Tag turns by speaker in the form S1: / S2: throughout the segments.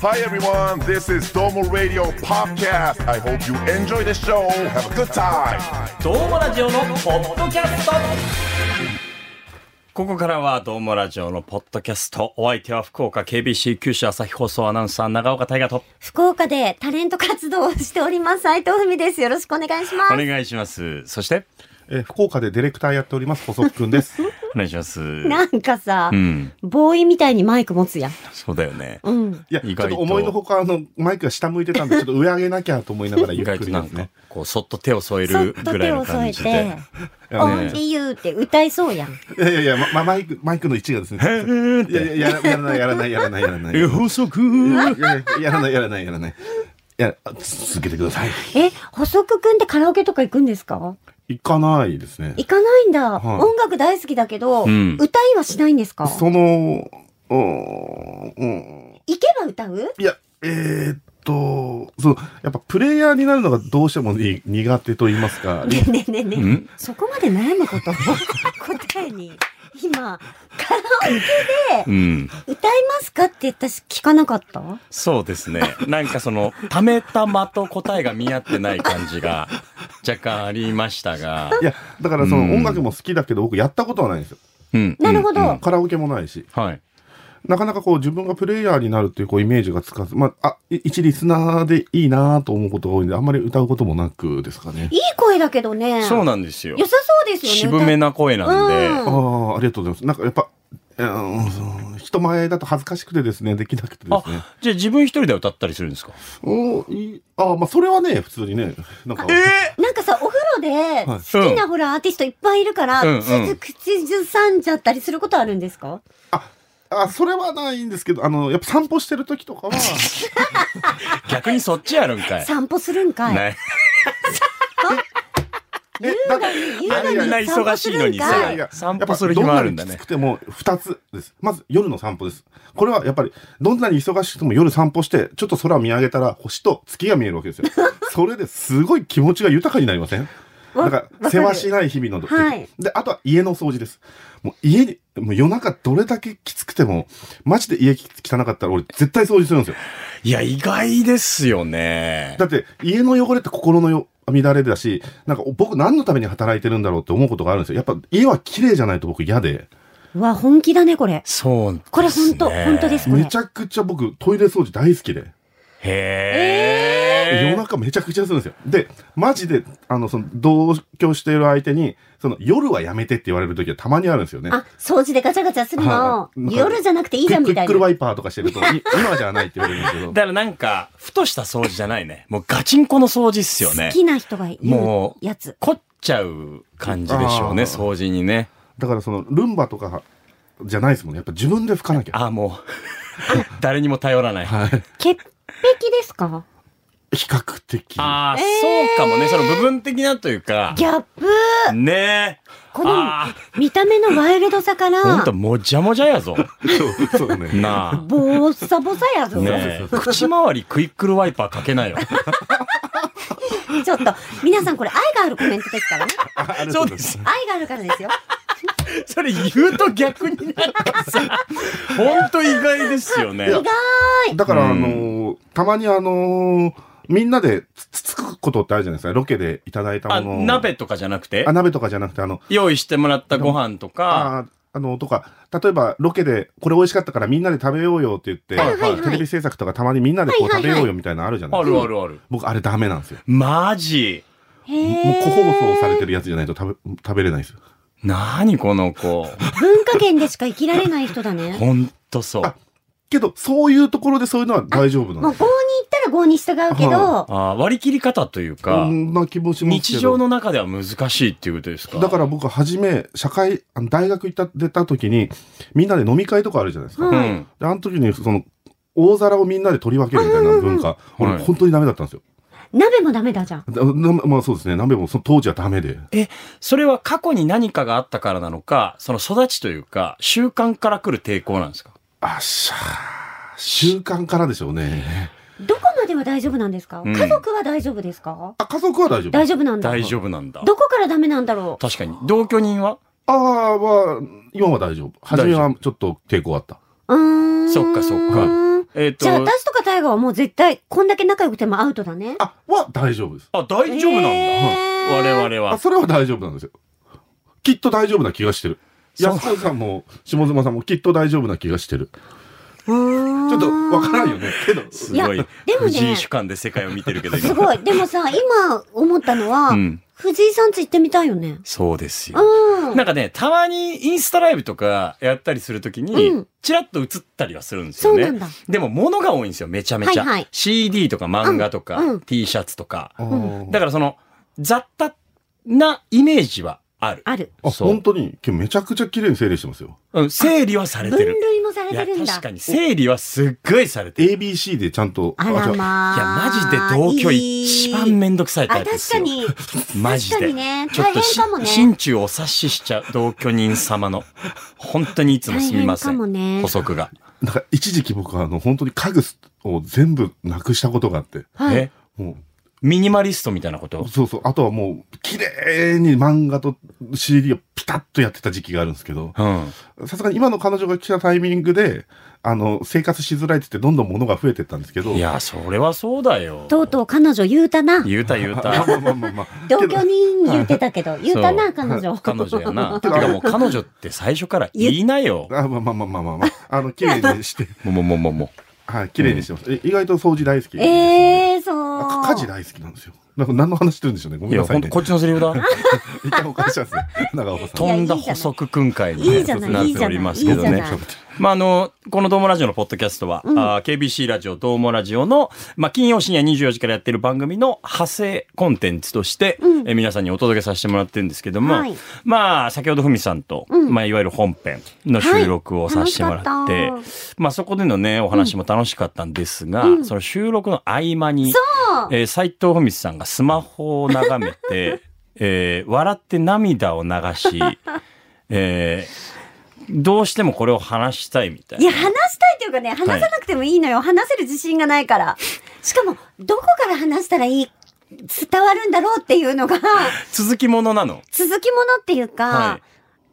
S1: Hi everyone, this is Domo Radio Podcast. I hope you enjoy the show. Have a good time.
S2: どうもラジオのポッドキャストここからはどうもラジオのポッドキャスト。お相手は福岡 KBC 九州朝日放送アナウンサー長岡大河と。
S3: 福岡でタレント活動をしております斉藤文ですよろしくお願いします
S2: お願いします。そして、
S4: えー福岡でディレクターやっております細木くん です。
S2: お願いします。う
S3: なんかさ、
S2: ん。
S3: ボーイみたいにマイク持つやん
S2: そうだよね。
S3: うん
S4: いや、
S2: 意
S4: ち
S2: 外
S4: ょっ
S2: と
S4: と思いのほかあのマイクが下向いて たんで、ちょっと上上げなきゃと思いながらゆ
S2: 意
S4: っ
S2: 外
S4: く
S2: と
S4: り
S2: な
S4: で
S2: ん
S4: すね
S2: か。、こう、そっと手を添え
S3: そっ
S2: る
S3: と
S2: ぐらい
S3: 手
S2: の
S3: を添
S2: 感
S3: え
S2: じで
S3: て。「オンリユー」って歌いそうやん
S4: いやいやいや、ま、まマイク、マイクの位置がですね。いやいや、やらやらない、やらない、やらない、やらない。い
S2: え、
S4: や
S2: 補足
S4: いややらない、やらない、やらない。いや、あつ続けてください。
S3: え細くくんってカラオケとか行くんですか
S4: 行かないですね。
S3: 行かないんだ、
S4: はい
S3: 音楽大好きだけど、
S2: うん
S3: 歌いはしないんですか行
S4: その、うーんうん、
S3: けば歌う
S4: いや、えーっと、そう、やっぱプレイヤーになるのがどうしてもに苦手と言いますか、
S3: ねえねえねえねえ、
S2: ん
S3: そこまで悩むこと 答えに今カラ
S2: うん。
S3: オケ歌いますかって私聞かなかった
S2: そうですね。なんかその、ためたまと答えが見合ってない感じが若干ありましたが。
S4: いや、だからその
S2: うん
S4: 音楽も好きだけど、僕やったことはないんですよ。
S2: うん。
S3: なるほど、
S2: うん
S4: カラオケもないし、
S2: はい。
S4: なかなかこう自分がプレイヤーになるっていうこうイメージがつかず、まあ、あ、い一リスナーでいいなと思うことが多いんで、あんまり歌うこともなくですかね
S3: い。い声だけどね。
S2: そうなんですよ
S3: 良。さそうですよね。
S2: 渋めな声なんで。
S4: あ
S3: うん
S4: あ、ありがとうございます。なんかやっぱ、うんその人前だと恥ずかしくてですね、できなくてですね。
S2: あ、じゃあ自分一人で歌ったりするんですか
S4: おーいいああ、まあそれはね、普通にね、なんか、
S3: なんかさ、お風呂で
S4: はい
S3: 好きなほらアーティストいっぱいいるから、
S2: うんうん
S3: つつ口ずさんじゃったりすることあるんですか
S4: あ、それはないんですけど、あの、やっぱ散歩してる時とか は、
S2: 逆にそっちやるんかい。
S3: 散歩するんかい。
S2: ね、
S4: え、だから、い
S3: 優
S2: あ
S3: 雅に
S2: んな忙しいのに
S3: 散歩するんか
S2: さ
S4: いやいや、
S2: 散歩する暇あるんだ
S4: や
S2: ね
S4: っ。ぱどんなにきつくても二つです。まず夜の散歩です。これはやっぱりどんなに忙しくても夜散歩してちょっと空を見上げたら星と月が見える わけですよ。それですごい気持ちが豊かになりません
S3: わ
S4: だか
S3: わ
S4: ら世話しない日々の時、
S3: はい
S4: であとは家の掃除ですもう家にもう夜中どれだけきつくてもマジで家汚かったら俺絶対掃除するんですよ
S2: いや、意外ですよね。
S4: だって家の汚れって心のよ乱れだしなんか僕何のために働いてるんだろうって思うことがあるんですよやっぱ家は綺麗じゃないと僕嫌で
S3: うわ、本気だね、これ。
S2: そう、。
S3: これ本当、本当ですす、これ。
S4: めちゃくちゃ僕トイレ掃除大好きで
S2: へ
S4: 夜
S2: ー。
S4: 中めちゃくちゃするんですよでマジであのその同居している相手にその夜はやめてって言われる時はたまにあるんですよね
S3: あ、掃除でガチャガチャするの
S4: は。い
S3: 夜じゃなくていいじゃん
S4: ク
S3: み
S4: イク
S3: た
S4: ッ
S3: い
S4: クル
S3: な。
S4: ワイパーとかしてるとい今じゃないって言われるんですけど
S2: だからなんか、ふとした掃除じゃないね。もうガチンコの掃除っすよね
S3: 好。きな人がいる
S2: もう
S3: やつ。
S2: 凝っちゃう感じでしょうね、
S4: あー
S2: 掃除にね。
S4: だからそのルンバとかじゃないですもんねやっぱ自分で拭かなきゃ
S2: あーもう、 誰にも頼らない。
S4: はい
S3: 潔癖ですか
S4: 比較的
S2: ああ、そうかもね。その部分的なというか。
S3: ギャップ
S2: ねえ。
S3: この
S2: あー
S3: 見た目のワイルドさ
S2: ほ
S3: か
S2: ん
S3: ら
S2: と、、もじゃもじゃやぞ。
S4: そうそうね
S2: な
S3: ボッサボサや
S2: あ。
S3: ぞ。
S2: ねえ。口周りクイックルワイパーかけなよ。
S3: ちょっと、皆さんこれ愛があるコメントですからね。
S4: あありがと
S2: そうう
S4: ござい
S2: で
S4: ます
S2: す。
S3: 愛があるからですよ。
S2: それ言うと逆になんかさ、ほんと意外ですよね
S4: い。やだから、
S2: う
S4: あ
S2: ん
S4: のーたまにあのーみんなでつつつくことってあるじゃないですかロケでいただいた
S2: あ、
S4: ものを
S2: 鍋とかじゃなくて
S4: あ鍋とかじゃなくてあの
S2: 用意してもらったご飯とか、
S4: あーあのとか例えばロケでこれ美味しかったからみんなで食べようよって言って、
S2: はいはいはい
S4: テレビ制作とかたまにみんなでこう
S3: はいは
S4: 食
S3: いはい
S4: べようよみたいなのあるじゃない
S2: あ
S4: ですか、
S2: るあるある。
S4: 僕あれダメなんですよ
S2: マジ
S4: もう
S3: へ
S4: 個包装されてるやつじゃないと食べ食べれないですよ
S2: なにこの子。
S3: 文化圏でしか生きられない人だね。
S2: ほんとそう。
S4: あけどそういうところでそういうのは大丈夫なん
S3: もう
S4: で
S3: 5に
S4: す
S3: 行ったら5に従うけど、
S4: は
S2: あー割り切り方という
S4: そ
S2: か、
S4: んな気もしますけ
S2: 日
S4: ど
S2: 常の中では難しいっていうことですか
S4: だから僕初め社会あの大学行った出た時にみんなで飲み会とかあるじゃないですか、
S3: うん
S2: うん。
S4: で、あの時に、その、大皿をみんなで取り分けるみたいな文化、
S2: うんうんうん
S4: 俺、本当にダメだったんですよ。
S3: 鍋もダメだじゃん。
S4: だなまあそうですね、鍋もその当時はダメで。
S2: それは過去に何かがあったからなのか、その育ちというか、習慣から来る抵抗なんですか
S4: あっしゃー習慣からでしょうね。
S3: どこまでは大丈夫なんですか、
S2: うん
S3: 家族は大丈夫ですか
S4: あ、家族は大丈夫。
S3: 大丈夫なんだ。
S2: 大丈夫なんだ。
S3: どこからダメなんだろう
S2: 確かに。同居人は
S4: ああ、は、今は大丈夫。初めはちょっと抵抗あった。
S3: うーん。
S2: そっかそっか
S3: うん。
S2: えっ、
S3: じゃあ
S2: と、
S3: 私とか大我はもう絶対、こんだけ仲良くてもアウトだね。
S4: あ、は大丈夫です。
S2: あ、大丈夫なんだ。
S3: へー
S2: 我々
S4: あ、
S2: は。
S4: それは大丈夫なんですよ。きっと大丈夫な気がしてる。
S2: そう
S4: 安田さんも、下妻さんもきっと大丈夫な気がしてる。
S3: ちょ
S4: ちょっと、わからんよ。ね。けど、
S2: す
S3: いや
S2: ごい
S3: でもね
S2: 藤井主観で世界を見てるけど、
S3: す
S2: 今。
S3: ごい。でもさ、今思ったのは、
S2: うん
S3: 藤井さんち行ってみたいよね。
S2: そうですよ。
S3: うん。
S2: なんかね、たまにインスタライブとかやったりするとき
S3: う
S2: に
S3: ん、
S2: チラッと映ったりはするんです
S3: そ
S2: よ
S3: う
S2: ね。
S3: なんだ。
S2: でも物が多いんですよ、めちゃめちゃ。
S3: はいはい
S2: CD とか漫画とか、
S3: うんうん
S2: T シャツとか。
S4: あー
S2: だからその、雑多なイメージはある。
S3: ある。
S4: あ、
S2: そう
S4: 本当に、今日めちゃくちゃ綺麗に整理してますよ。
S2: うん、整理はされ
S3: 分
S2: てる。
S3: 類もさ
S2: い
S3: れて
S2: や、
S3: るんだ。
S2: 確かに整理はすっごいされてる。
S4: ABC でちゃんと、
S3: あら
S4: じゃ
S3: まあ。
S2: いや、マジで同居一番
S3: いい
S2: めんどくさいタ
S3: あ、
S2: イプで
S3: 確
S2: す
S3: か
S2: よ。
S3: に。
S2: マジ
S3: 確か
S2: で
S3: に。ね。
S2: ちょっ
S3: 大
S2: と
S3: 変
S2: し
S3: かもね。
S2: 心中お察ししちゃう同居人様の。本当にいつもすみませ
S3: 大変かも
S2: ん。
S3: ね
S2: 補。足が。
S4: なんか一時期僕はあの本当に家具を全部なくしたことがあって、
S3: はい
S2: え
S4: も
S2: ミニマリストみたいなこと
S4: う、そうそう、あとはもう、綺麗に漫画と CD をピタッとやってた時期があるんですけど、
S2: うん。
S4: さすがに今の彼女が来たタイミングで、あの、生活しづらいって言ってどんどん物が増えてったんですけど、
S2: いや、それはそうだよ。
S3: とうとう彼女言うたな。
S2: 言うた言う
S4: あまあ
S2: た。
S4: まあまあまあ。
S3: 同
S4: け
S3: 居人言うてたけど、言うたな、彼女。
S2: 彼女やな。て
S4: てか
S2: かもう彼女って最初から言いなよ
S4: ど。あまあまあまあまあまあまあ。あの、綺麗にして、
S2: もうもうもうもうも
S4: はい、綺麗にしてます。え意外と掃除大好き。
S3: ええ、そ
S4: あ
S3: う。
S4: 家事大好きなんですよ。なんか何の話してるんでしょうね。ご
S2: う。い
S4: めん
S2: や、
S4: なさ
S2: ほ
S4: い
S2: んと
S4: ね。
S2: こっちのセリフ だ。
S4: 一旦お返ししますね。長岡さん。
S2: とんだ補足訓会に
S3: い
S2: ね
S3: いじゃない
S2: なっておりますけど
S3: いいじゃ
S2: ね
S3: ない。
S2: まあ、あの、このドームラジオのポッドキャストは、
S3: うん
S2: あー KBC ラジオ、ドームラジオの、まあ、金曜深夜24時からやってる番組の派生コンテンツとして、
S3: うん
S2: えー皆さんにお届けさせてもらってるんですけども、
S3: はい
S2: まあ、先ほどふみさんと、
S3: うん
S2: まあ、いわゆる本編の収録をさせてもらって、
S3: はい楽
S2: まあ、そこでのね、お話も楽しかったんですが、
S3: うん
S2: その収録の合間に、
S3: そう
S2: えー、斉藤文さんがスマホを眺め て、えー笑って涙を流し、えーどうしてもこれを話したいみたい
S3: い
S2: な
S3: や、。話したいというかね、話さなくてもいいのよ。話せる自信がないから。しかも、どこから話したらいい、伝わるんだろうっていう のが、
S2: 続きものなの。
S3: 続きものっていうか、
S2: は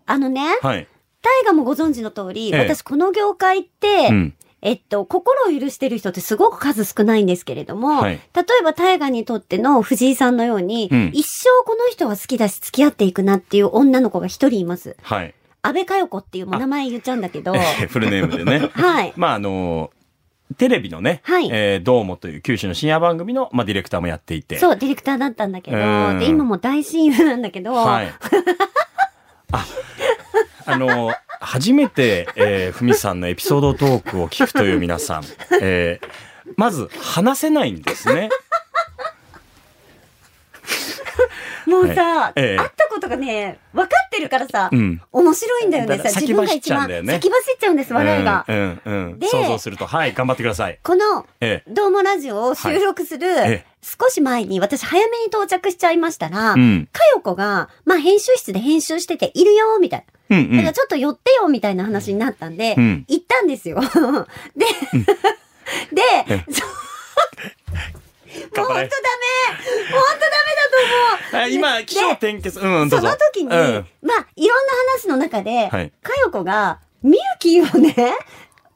S3: あのね、
S2: い。はい。
S3: 大河もご存知の通り、
S2: ええ
S3: 私この業界って、
S2: うん。
S3: えっと、心を許してる人ってすごく数少ないんですけれども、
S2: はい
S3: 例えば大河にとっての藤井さんのように、
S2: うん
S3: 一生この人は好きだし付き合っていくなっていう女の子が一人います。
S2: はい。
S3: 安倍佳代子っていうもう名前言っちゃうんだけど、
S2: フルネームでね。
S3: はい。
S2: まあ、あのーテレビのね、
S3: はい
S2: えー、どうもという九州の深夜番組の、まあ、ディレクターもやっていて。
S3: そう、ディレクターだったんだけど、
S2: うん
S3: で、今もう大親友なんだけど、
S2: はい。あ、あの、初めて、えー、ふみさんのエピソードトークを聞くという皆さん、えー、まず話せないんです ね。
S3: もうさ、
S2: ええ
S3: 会ったことがね、分かってるからさ、
S2: うん。
S3: 面白いんだよね、
S2: だ
S3: さ、
S2: 先
S3: 自分が
S2: 走っ
S3: 一
S2: ちゃうん
S3: 番
S2: だよね
S3: 先走っちゃうんです、笑いが。
S2: うん、うん、うん。
S3: で
S2: 想像すると、はい、頑張ってください。
S3: この、
S2: ええ
S3: どうもラジオを収録する、
S2: え
S3: 少し前に私早めに到着しちゃいましたら、
S2: う
S3: か
S2: ん。
S3: よこが、まあ編集室で編集してて、いるよ、みたい
S2: うん、う
S3: な。だか
S2: ん
S3: ら。ちょっと寄ってよ、みたいな話になったんで、
S2: うん
S3: 行ったんですよ。で、で、
S2: え
S3: そうも
S2: 頑
S3: う本
S2: 張
S3: 当ダ
S2: れ
S3: メ本当ダメだと思う
S2: あ今、気象転結。うん、ど
S3: そう
S2: ぞ。
S3: の
S2: う
S3: 時に、
S2: ん
S3: まあ、いろんな話の中で、
S2: はい
S3: かよこが、ミルキーをね、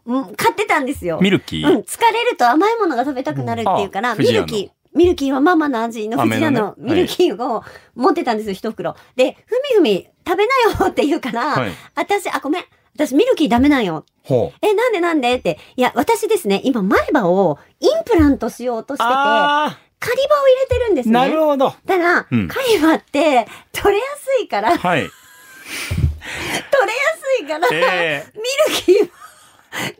S3: うん買ってたんですよ。
S2: ミルキ
S3: うん、
S2: ー。
S3: 疲れると甘いものが食べたくなるっていうから、
S2: あ
S3: ミルキ
S2: 藤
S3: ー。ミルキーはママの味の藤屋の
S2: 飴のね
S3: ミルキーを持ってたんですよ、一袋。で、ふみふみ食べなよって言うから、
S2: はい
S3: 私、あ、ごめん。私、ミルキーダメなんよ。
S2: ほう。
S3: え、なんでなんでって。いや、私ですね、今、前歯をインプラントしようとしてて、仮
S2: あ
S3: 歯を入れてるんです
S2: ー、
S3: ね。
S2: なるほど。
S3: たら、
S2: うん
S3: 海馬って取れやすいから、取
S2: はい。
S3: れやすいから、
S2: えー
S3: ミルキーは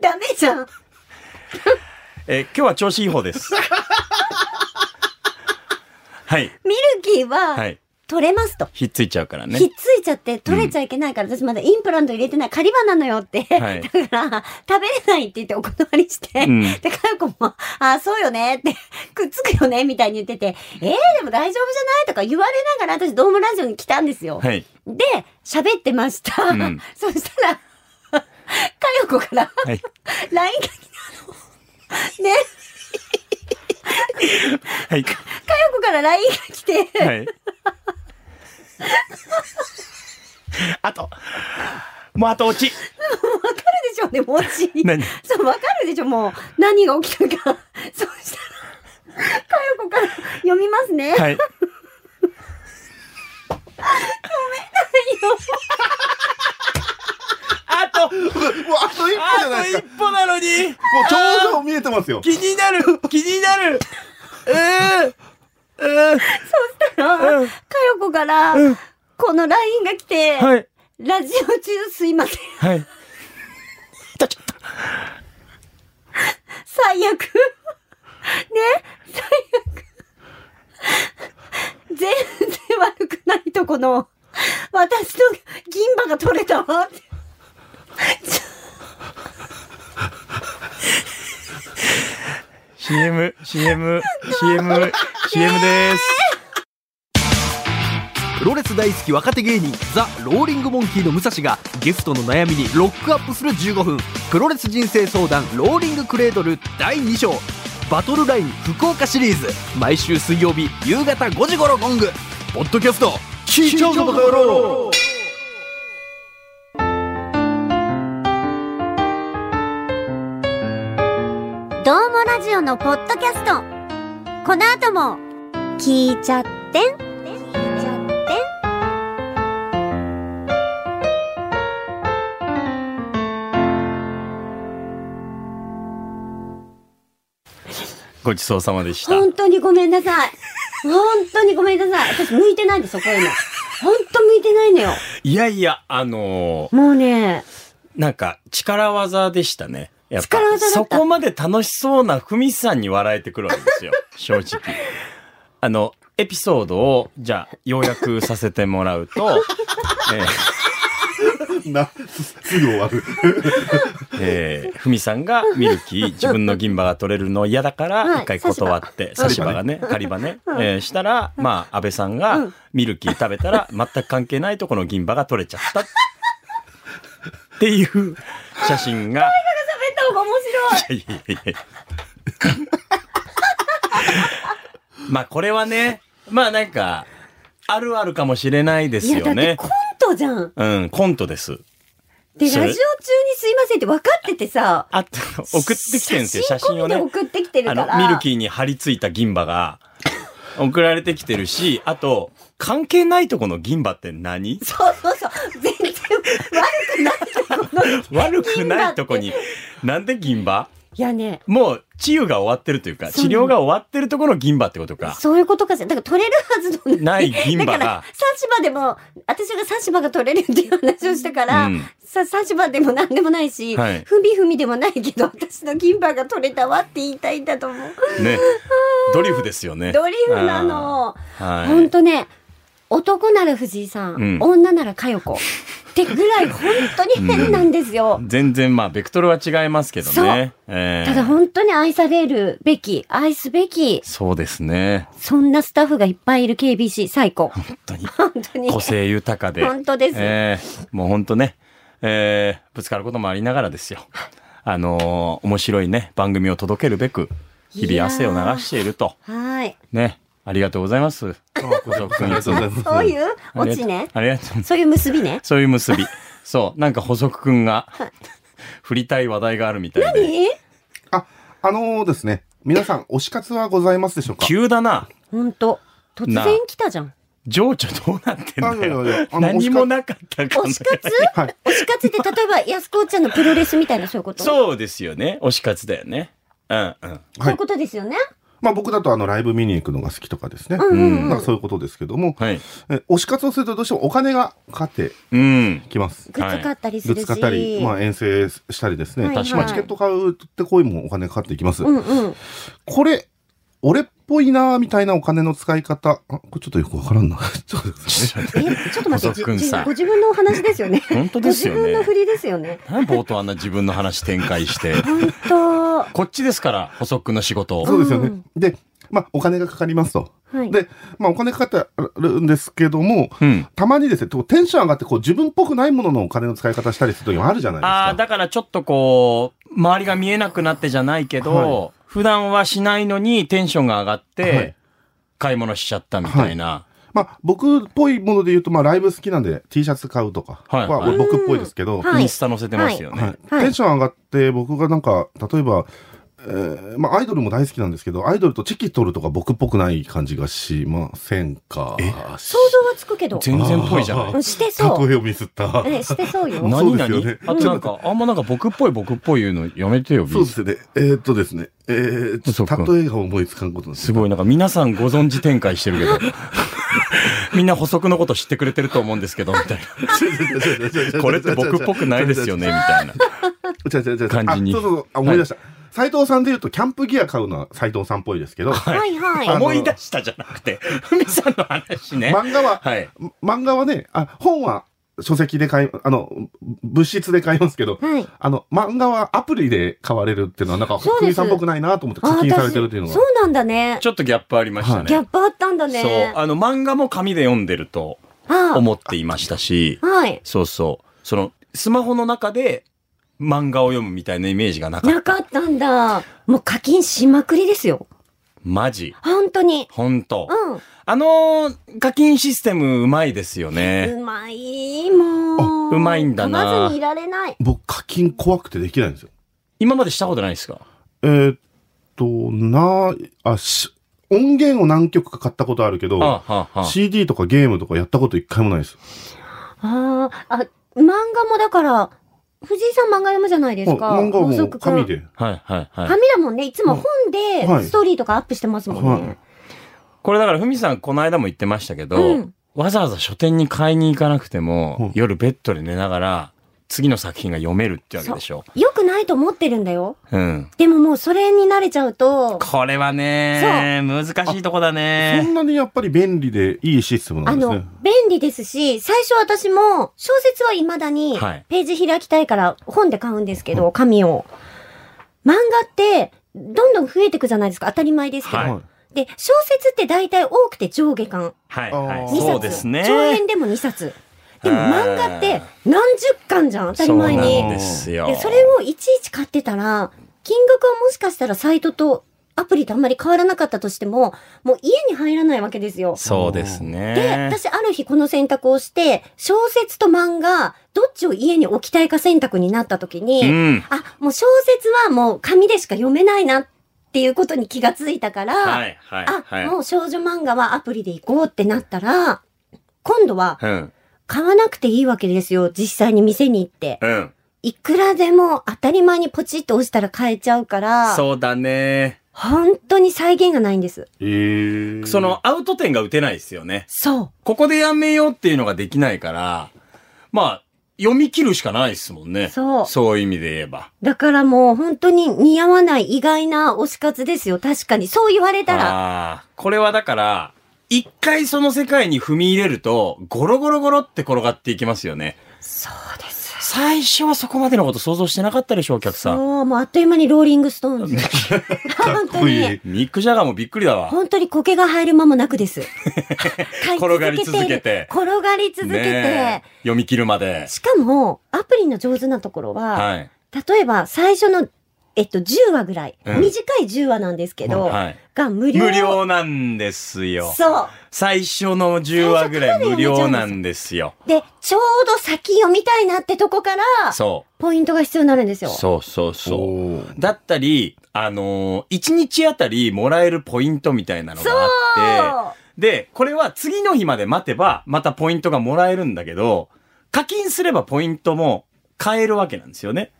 S3: ダメじゃん。
S2: えー今日は調子いい方 です。はい。
S3: ミルキー
S2: は。
S3: はい取れますと。
S2: ひっついちゃうからね
S3: ひっ。ついちゃって取れちゃいけないから、私まだインプラント入れてない仮歯なのよって、
S2: はい
S3: だから食べれないって言ってお断りして、
S2: うん
S3: で、かよこも、あーそうよねって、くっつくよねみたいに言ってて、えー、でも大丈夫じゃないとか言われながら私ドームラジオに来たんですよ。
S2: はい。
S3: で、喋ってました。
S2: うん
S3: そしたら、かよこから、
S2: はい
S3: LINE が来たの。ね、
S2: はい。
S3: かよこから LINE が来て、
S2: はい。あと、もうあと落ち。
S3: わかるでしょね、もち。
S2: 何
S3: そう、わかるでしょ、もう。何が起きたか。 そうしたら、かよこから読みますね。
S2: はい。あと、
S4: あと一歩じゃないですか。も
S2: 歩なのに、
S4: う頂上見えてますよ。
S2: 気になる、気にな る。えー、え
S3: だからかよこから、
S2: うん
S3: この LINE が来て、
S2: はい、
S3: ラジオ中すいません。
S2: はい。
S3: 最悪。ね 最悪。全然悪くないとこの、私の銀歯が取れたわって。
S2: CM、CM、CM、CM です。
S5: プロレス大好き若手芸人ザ・ローリングモンキーの武蔵がゲストの悩みにロックアップする15分プロレス人生相談ローリングクレードル第2章バトルライン福岡シリーズ毎週水曜日夕方5時頃ゴングポッドキャスト聞いちゃうぞバカ野郎
S3: どうもラジオのポッドキャスト。この後も、聞いちゃってん。
S2: ごちそうさまでした。
S3: 本当にごめんな さい。本当にごめんなさい。私向いてないんですよ、こういうの。本当向いてないのよ。
S2: いやいや、あのー
S3: もうね、
S2: なんか、力技でしたね。やっぱ
S3: 力技だ
S2: そ
S3: った
S2: こまで楽しそうなふみさんに笑えてくるわけ ですよ。正直。あの、エピソードを、じゃあ、要約させてもらうと、 えー
S4: な、すすぐ終わる。
S2: えー、ふみさんがミルキー、自分の銀歯が取れるの嫌だか
S3: はい
S2: ら、一回断って、
S3: 差
S2: 差
S4: し
S2: し
S4: 歯
S2: 歯がね、狩り歯ね、えーしたら、まあ、安倍さんが、ミルキー食べたら、全く関係ないとこの銀歯が取れちゃった。っていう写真が、
S3: 喋った方が面白い。
S2: いやいやいやまあ、これはね、まあなんか、あるあるかもしれないです
S3: いや、だ
S2: よ
S3: って
S2: ね
S3: コ。ントじゃん。
S2: うん、コントです。
S3: で、ラ
S2: そ
S3: ジオ
S2: れ
S3: 中にすいませんって分かっててさ、
S2: あと、送ってきてるんですよ、写真をね。
S3: 込みで送ってきてる
S2: あ
S3: か
S2: の
S3: ら。、
S2: ミルキーに張り付いた銀歯が 送られてきてるし、あと、関係ないとこの銀歯って何
S3: そうそうそう。全然悪 くないとこの。い
S2: 悪くないとこに、なんで銀歯
S3: やね、
S2: もう治癒が終わってるというか、
S3: そう
S2: 治療が終わってるところの銀歯ってことか。
S3: そういうことかしら。だから取れるはずの
S2: ない銀歯が
S3: だから、差し歯でも、私が差し歯が取れるっていう話をしたから、
S2: うん
S3: さ差し歯でも何でもないし、
S2: はい
S3: ふみふみでもないけど、私の銀歯が取れたわって言いたいんだと思う。
S2: ね。ドリフですよね。
S3: ドリフなの。
S2: あー。
S3: ほ
S2: は
S3: ん
S2: い。
S3: とね、男なら藤井さん、
S2: うん
S3: 女なら佳代子。ってぐらい本当に変なんですよ。
S2: 全然まあ、ベクトルは違いますけどね。え
S3: ただ
S2: ー
S3: 本当に愛されるべき、愛すべき、
S2: そうですね。
S3: そんなスタッフがいっぱいいる KBC 最高。
S2: 本当に。
S3: 本当 に。
S2: 個性豊かで。
S3: 本当です
S2: えーもう本当ね、えーぶつかることもありながらですよ。あのー面白いね、番組を届けるべく、日
S3: い
S2: 々
S3: やー
S2: 汗を流していると。
S3: はい。
S2: ね。ありがとうございます。ご足
S4: ありがとうございます。
S3: そういうオチね。
S2: ありがとうありがとうございます。
S3: そういう結びね。
S2: そういう結 び。そう。なんか補足くんが、振りたい話題があるみたいで。
S3: え
S4: あ、あのーですね。皆さん、推し活はございますでしょうか
S2: 急だな。
S3: 本当突
S2: なあ
S3: 然来たじゃん。
S2: 情緒どうなってんだ
S4: いやいやいや
S2: よ。
S4: あの
S2: 何もなかったか
S3: 推
S2: ら
S3: し。活
S4: はい。
S3: 推し活って例えば安子ちゃんのプロレスみたいなそういうことう。
S2: そうですよね。推し活だよね。うんうん。
S3: そういうことですよね。
S4: まあ僕だとあのライブ見に行くのが好きとかですね。
S3: うんうんうん
S4: まあそういうことですけども、
S2: はい。
S4: え推し活をするとどうしてもお金がかかって
S2: うん。
S4: きます。
S3: グッズ買ったりす
S4: ぶ
S3: るし。
S4: つかったり、まあ遠征したりですね。
S3: はいはい
S4: まあチケット買うって行為もお金かかっていきます。
S3: うんうん。
S4: これ、俺っぽいなみたいなお金の使い方。あ、これちょっとよくわからんな。 ちょっとですね。
S3: え、ちょっと待っ
S2: 補足
S3: て、じ
S2: くん
S3: じ
S2: さ
S3: ご自分のお話ですよね。
S2: 本当ですよね
S3: ご自分の振りですよね。
S2: なんで冒頭あんな自分の話展開して。
S3: 本当。は
S2: こっちですから、補足の仕事
S4: そうですよね。
S3: うん
S4: で、まあお金がかかりますと。
S3: い。
S4: で、まあお金かかってるんですけども、
S2: うん。
S4: たまにですね、こうテンション上がってこう自分っぽくないもののお金の使い方したりする時もあるじゃないですか。
S2: ああ、だからちょっとこう、周りが見えなくなってじゃないけど、
S4: は
S2: 普段はしないのにテンションが上がって、
S4: はい
S2: 買い物しちゃったみたいな。
S4: まあ、僕っぽいもので言うと、まあ、ライブ好きなんで T シャツ買うとか
S2: はい
S4: は僕っぽいですけど、
S3: うんはい
S2: インスタ載せてますよね。
S4: はい
S3: はい
S4: テンション上がって僕がなんか例えば、えーまあ、アイドルも大好きなんですけどアイドルとチェキ取るとか僕っぽくない感じがしませんか
S3: 想像はつくけど。
S2: 全然ぽいじゃない。
S3: うんしてそう。
S4: 例えをミスった
S3: え、してそうよ。
S2: 何々、
S4: そうですよね
S2: あとなんか、あんまなんか僕っぽい僕っぽい言うのやめてよ、ビ
S4: そう
S2: ー
S4: で
S2: ズ
S4: すねえーっとですねえー
S2: そっか
S4: 例えが思いつかんことなんです
S2: すごいなんか皆さんご存知展開してるけど、 みんな補足のこと知ってくれてると思うんですけど、み たいな。 これって僕っぽくないですよね、みたいな。
S4: 違う違う違う
S2: 感じに
S4: あそうそうそうあ思い出した、斉藤さんで言うとキャンプギア買うのは斉藤さんっぽいですけど、
S3: はいはい。
S4: あの
S2: 思い出したじゃなくて、ふみさんの話ね。
S4: 漫画は、
S2: はい。
S4: 漫画はねあ本は書籍で買いあの物質で買いますけど、
S3: はい。
S4: あの、漫画はアプリで買われるっていうのは、なんか、
S3: そうです
S4: 福井さんっぽくないなと思って課金されてるっていうの
S3: あ私
S4: が。
S3: そうなんだね。
S2: ちょっとギャップありましたね。
S3: ギャップあったんだね。
S2: そう。あの、漫画も紙で読んでると
S3: あ
S2: 思っていましたし、
S3: はい。
S2: そうそう。その、スマホの中で漫画を読むみたいなイメージがなか
S3: な
S2: った。
S3: かったんだ。もう課金しまくりですよ。
S2: マジ。
S3: 本当に。
S2: ほんと。
S3: う
S2: あのー課金システムうまいですよね。
S3: ん。うまい、もう。
S2: あうまいんだな
S3: 噛まずにいられない。
S4: 僕、課金怖くてできないんですよ。
S2: 今までしたことないですか
S4: えーっと、な、あ、し、音源を何曲か買ったことあるけ
S2: あ
S4: ど、
S2: はあはあ
S4: CD とかゲームとかやったこと一回もないです。
S3: ああ、あ、漫画もだから、藤井さん漫画読むじゃないですか。
S4: あ漫画はも
S3: 高速
S4: う
S3: 君
S4: 紙。で。
S2: はいはいはい。
S3: 紙だもんね。いつも本で
S4: はい
S3: ストーリーとかアップしてますもんね。
S4: はい
S2: これだからふみさんこの間も言ってましたけど、
S3: うん
S2: わざわざ書店に買いに行かなくても、
S4: うん
S2: 夜ベッドで寝ながら次の作品が読めるってわけでしょ。
S3: よくないと思ってるんだよ。
S2: うん。
S3: でももうそれに慣れちゃうと、
S2: これはね、難しいとこだ
S4: そ
S2: ね。
S4: んなにやっぱり便利でいいシステムな
S3: あ
S4: んです
S3: の
S4: ね。、
S3: 便利ですし、最初私も小説は未だに
S2: はい
S3: ページ開きたいから本で買うんですけど、紙を。漫画ってどんどん増えてくじゃないですか。当たり前ですけど。
S2: はい
S4: はい
S3: で、小説って大体多くて上下巻。
S2: はいはい。
S4: あー
S3: 2冊。
S2: そうですね。
S3: 長編でも2冊。でも
S2: あー
S3: 漫画って何十巻じゃん、当たり
S2: そ
S3: 前
S2: う
S3: に
S2: なん。ですよ。
S3: で、それをいちいち買ってたら、金額はもしかしたらサイトとアプリとあんまり変わらなかったとしても、もう家に入らないわけですよ。
S2: そうですね。
S3: で、私ある日この選択をして、小説と漫画、どっちを家に置きたいか選択になった時に、
S2: うん。
S3: あ、もう小説はもう紙でしか読めないなっていうことに気がついたから、
S2: はいはい
S3: あ、
S2: はい。
S3: もう少女漫画はアプリで行こうってなったら、今度は
S2: うん。
S3: 買わなくていいわけですよ、実際に店に行って。
S2: うん。
S3: いくらでも当たり前にポチッと押したら買えちゃうから、
S2: そうだね。
S3: 本当に再現がないんです。
S4: えー
S2: そ、のアウト点が打てないですよね。
S3: そう。
S2: ここでやめようっていうのができないから、まあ、読み切るしかないですもんね。
S3: そう
S2: そういう意味で言えば。
S3: だからもう本当に似合わない意外な推し活ですよ。確かに。そう言われたら。
S2: ああ、これはだから、一回その世界に踏み入れると、ゴロゴロゴロって転がっていきますよね。
S3: そうです。
S2: 最初はそこまでのこと想像してなかったでしょ、お客さん。
S3: そう、もうあっという間にローリングストーン ズ。本当
S4: こいい
S3: に。
S2: ミック・ジャガーもびっくりだわ。
S3: 本当に苔が生える間もなくです。買 い
S2: 転がり続けて
S3: 転がり続けて。
S2: ねえ読み切るまで。
S3: しかも、アプリの上手なところは、
S2: はい。
S3: 例えば最初の、えっと、10話ぐらい、
S2: うん
S3: 短い10話なんですけど、
S2: はい。
S3: が無料。
S2: 無料なんですよ。
S3: そう。
S2: 最初の10話ぐらい無料なんですよ。
S3: で、ちょうど先読みたいなってとこから、
S2: そ
S3: ポイントが必要になるんです
S2: う。
S3: よ。
S2: そうそうそう。
S4: おー
S2: だったり、あのー、1日あたりもらえるポイントみたいなのがあって、で、これは次の日まで待てば、またポイントがもらえるんだけど、課金すればポイントも買えるわけなんですよね。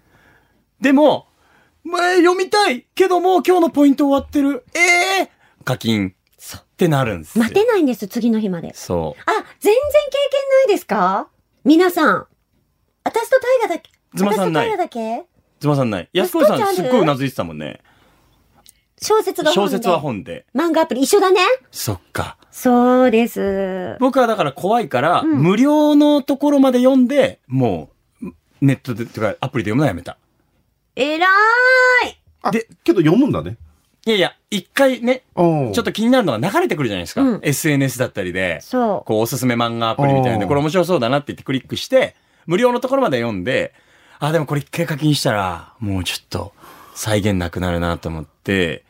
S2: でも、まあ読みたいけどもう今日のポイント終わってる。ええ課金ってなるんですよ。
S3: 待てないんです、次の日まで。
S2: そ
S3: あ、全然経験ないですか皆さん。私とタイガだけ。
S2: ズマさんない
S3: 私とタイガだけ
S2: う。ズマさんない。安子さ
S3: 安子ちゃんあ
S2: ん
S3: る
S2: すっごいうなずいてたもんね。
S3: 小説が本
S2: 小
S3: で。
S2: 説は本で。
S3: 漫画アプリ一緒だね。
S2: そっか。
S3: そうです。
S2: 僕はだから怖いから、
S3: ん
S2: 無料のところまで読んで、もう、ネットで、とかアプリで読むのはやめた。
S3: えらーい。
S4: あ
S2: で
S4: けど読むんだね。
S2: いやいや、一回ね、
S4: ちょ
S2: ちょっと気になるのが流れてくるじゃないですか。
S3: うん
S2: SNS だったりで、
S3: そ
S2: こう、おすすめ漫画アプリみたいな
S4: お
S2: で、
S4: ー
S2: これ面白そうだなって言ってクリックして、無料のところまで読んで、あ、でもこれ一回課金したら、もうちょっと、再現なくなるなと思って、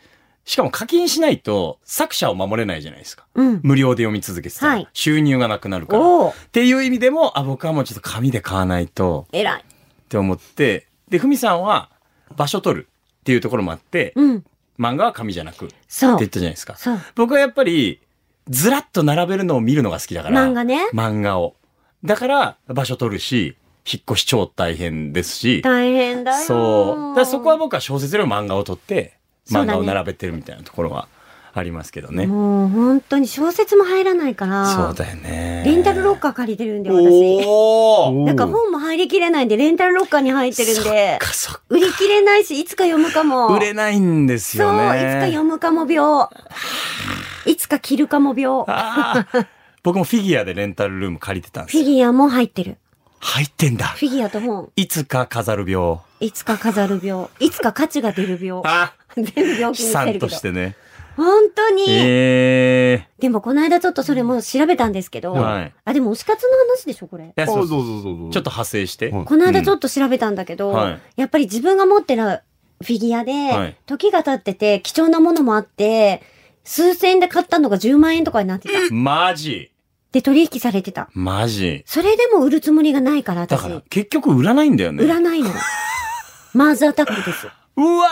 S2: しかも課金しないと作者を守れないじゃないですか。
S3: うん。
S2: 無料で読み続けてたら、
S3: はい
S2: 収入がなくなるから。っ
S3: おお
S2: ていう意味でも、あ、僕はもうちょっと紙で買わないと
S3: 偉い。
S2: って思って、で、ふみさんは場所取るっていうところもあって、
S3: うん。
S2: 漫画は紙じゃなくって
S3: そう
S2: 言っ。たじゃないですか。
S3: そう。
S2: 僕はやっぱり、ずらっと並べるのを見るのが好きだから。
S3: 漫画ね
S2: 漫画を。だから、場所取るし、引っ越し超大変ですし。
S3: 大変だよ。
S2: そう。だからそこは僕は小説よりも漫画を取って、
S3: そう
S2: 漫
S3: だね
S2: 画を並べてるみたいなところはありますけどね。
S3: もう本当に小説も入らないから。
S2: そうだよね。
S3: レンタルロッカー借りてるんで、私。
S2: おー
S4: お
S3: なんか本も入りきれないんで、レンタルロッカーに入ってるんで、
S2: そっか
S3: 売り切れないし、いつか読むかも。
S2: 売れないんです
S3: そう、
S2: よ
S3: いつ
S2: ね。
S3: か読むかも病。いつか着るかも病。フ
S2: あー僕もフィギュアでレンタルルーム借りてたんです
S3: ィ
S2: よ。
S3: ギュアも入ってる。
S2: 入ってんだ。
S3: フィギュアと本。
S2: いつか飾る病。
S3: いつか飾る病。いつか価値が出る病。
S2: あ
S3: 全部病気
S2: 悲
S3: にして
S2: 惨
S3: るけ
S2: と
S3: ど
S2: し。てね。
S3: 本当に、
S2: え
S3: でもこの間ちょっとそれも調べたんですけど、
S2: はい
S3: あ、でも推し活の話でしょ、これ。
S2: えー。いや
S4: そ
S2: そううそう
S4: そうそうそう。
S2: ちょっと派生して。
S4: はい
S3: この間ちょっと調べたんだけど、
S2: うんはい
S3: やっぱり自分が持ってるフィギュアで、
S2: はい
S3: 時が経ってて貴重なものもあって、数千円で買ったのが10万円とかになってた。
S2: マジ
S3: で、取引されてた。
S2: マジ
S3: それでも売るつもりがないから、
S2: だ
S3: 私。
S2: から結局売らないんだよね。
S3: 売らないの。 マーズアタックです。
S2: うわ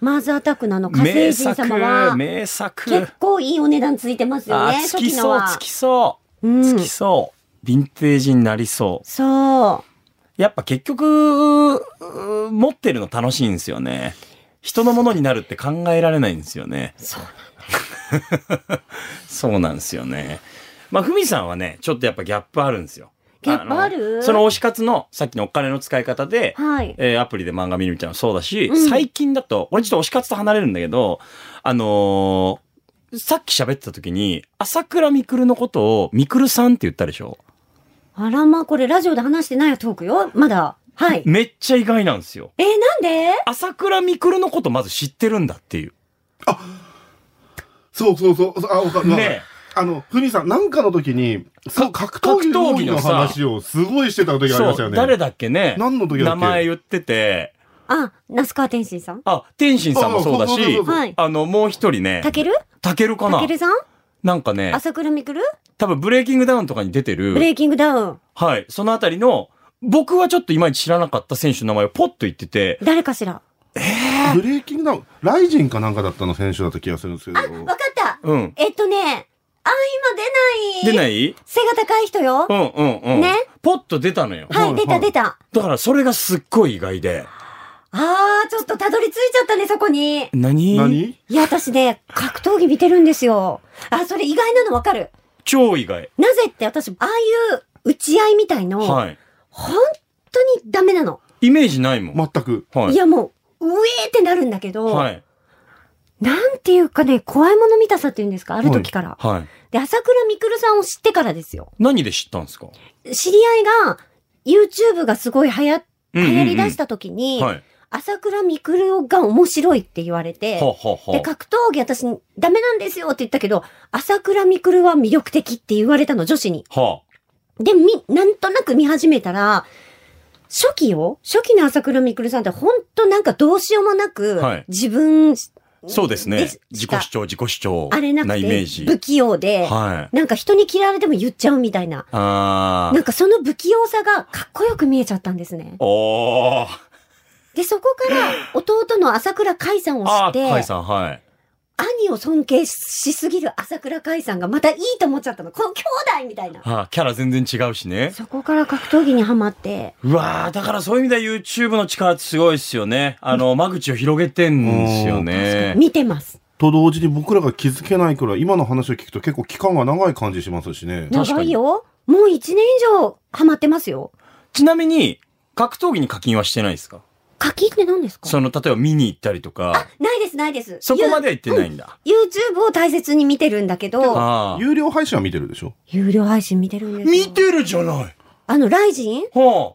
S3: マーズアタックのあの
S2: ー
S3: 火
S2: 名
S3: 星人様
S2: 作
S3: は、
S2: 名作
S3: 結構いいお値段ついてますよ
S2: あ
S3: ね、
S2: ー、つ
S3: 初
S2: き
S3: 期の
S2: そう、
S3: は。
S2: つきそう。
S3: うん
S2: つきそう。ヴィンテージになりそう。
S3: そう。
S2: やっぱ結局、うー持ってるの楽しいんですよね。人のものになるって考えられないんですよね。
S3: そう
S2: そうなんですよね。まあ、ふみさんはね、ちょっとやっぱギャップあるんですよ。
S3: ギャップある
S2: のその推し活の、さっきのお金の使い方で、
S3: はい。
S2: えーアプリで漫画見るみたいなのもそうだし、
S3: うん
S2: 最近だと、俺ちょっと推し活と離れるんだけど、あのーさっき喋ってた時に、朝倉未来のことを、未来さんって言ったでしょ
S3: あらま、これラジオで話してないトークよ、まだ。はい。
S2: めっちゃ意外なんですよ。
S3: えー、なんで
S2: 朝倉未来のことまず知ってるんだっていう。
S4: そうそうそう。あ、わかる。
S2: ねえ
S4: わかるあの、ふみさん、なんかの時に、そう、格闘技の
S2: 格闘技のさ
S4: 話をすごいしてた時ありました
S2: そ
S4: よ
S2: う、
S4: ね。
S2: 誰だっけね。
S4: 何の時だっ
S2: 名
S4: け
S2: 前言ってて、
S3: あ、那須川天心さん
S2: あ、天心さんもそうだ
S4: あそうそう
S2: し
S4: そう、そう
S3: はい
S2: あの、もう一人ね
S3: た、ける
S2: たけるか
S3: た
S2: な
S3: けるさん
S2: なんかね、
S3: 朝倉未来
S2: 多分ブレイキングダウンとかに出て
S3: ブレ
S2: る、
S3: イキングダウン。
S2: はい、そのあたりの、僕はちょっといまいち知らなかった選手の名前をポッと言ってて、
S3: 誰かしら
S4: ブレイキングダウン、ライジンかなんかだったの選手だった気がするんですけど。
S3: わかった
S2: うん。
S3: えっとね、あ、今出
S2: 出
S3: な
S2: な
S3: い。
S2: い
S3: 背が高い人よ
S2: う。んうんうん。
S3: ね
S2: ポッと出たのよ。
S3: は
S4: はい
S3: い、出た出た。
S2: だからそれがすっごい意外で。
S3: あー、ちょっとたどり着いちゃったね、そこに。
S2: 何
S4: 何
S3: いや、私ね、格闘技見てるんですよ。あ、それ意外なのわかる。
S2: 超意外。
S3: なぜって私、ああいう打ち合いみたいの、本
S2: はい。
S3: 当にダメなの。、
S2: イメージないもん。
S4: 全く。
S2: はいい。
S3: や、もう、うえーってなるんだけど、
S2: はい。
S3: なんていうかね、怖いもの見たさっていうんですか、ある時から。
S2: はい。
S3: で、朝倉未来さんを知ってからですよ。
S2: 何で知ったんですか
S3: 知り合いが、YouTube がすごい流行、
S2: うんうんうん
S3: 流行り出した時に、
S2: はい。
S3: 朝倉未来が面白いって言われて、
S2: ははは
S3: で、格闘技私ダメなんですよって言ったけど、朝倉未来は魅力的って言われたの、女子に。
S2: は
S3: で、み、なんとなく見始めたら、初期よ初期の朝倉未来さんって本当なんかどうしようもなく、
S2: はい
S3: 自分、
S2: そうですね。自己主
S3: し
S2: 張、自己主張
S3: あれなく
S2: イメー
S3: て
S2: ジ。、
S3: 不器用で、
S2: はい。
S3: なんか人に嫌われても言っちゃうみたいな。
S2: あ
S3: な
S2: ー。
S3: んかその不器用さがかっこよく見えちゃったんですね。
S2: おー。
S3: で、そ こから弟の朝倉海さんを知
S2: あ
S3: っ
S2: ー、カイ
S3: て、
S2: さん、はい。
S3: 兄を尊敬しすぎる朝倉海さんがまたいいと思っちゃったの。この兄弟みたいな。
S2: はあ、キャラ全然違うしね。
S3: そこから格闘技にはまって、
S2: うわー、だからそういう意味では YouTube の力ってすごいっすよね。あの、間口を広げてんですよね。
S3: 見てます。
S4: と同時に僕らが気づけないからい今の話を聞くと結構期間が長い感じしますしね。
S2: 確かに
S3: 長いよ。もう1年以上ハマってますよ。
S2: ちなみに、格闘技に課金はしてないですか
S3: 課金って何ですか
S2: その、例えば見に行ったりとか、
S3: ないです、ないです。
S2: そこまでは行ってないんだ。
S3: ゆ YouTube を大切に見てるんだけど、
S2: あー
S4: 有料配信は見てるでしょ
S3: 有料配信見てるんですよ
S2: 見てるじゃない。
S3: あの、ライジン
S2: は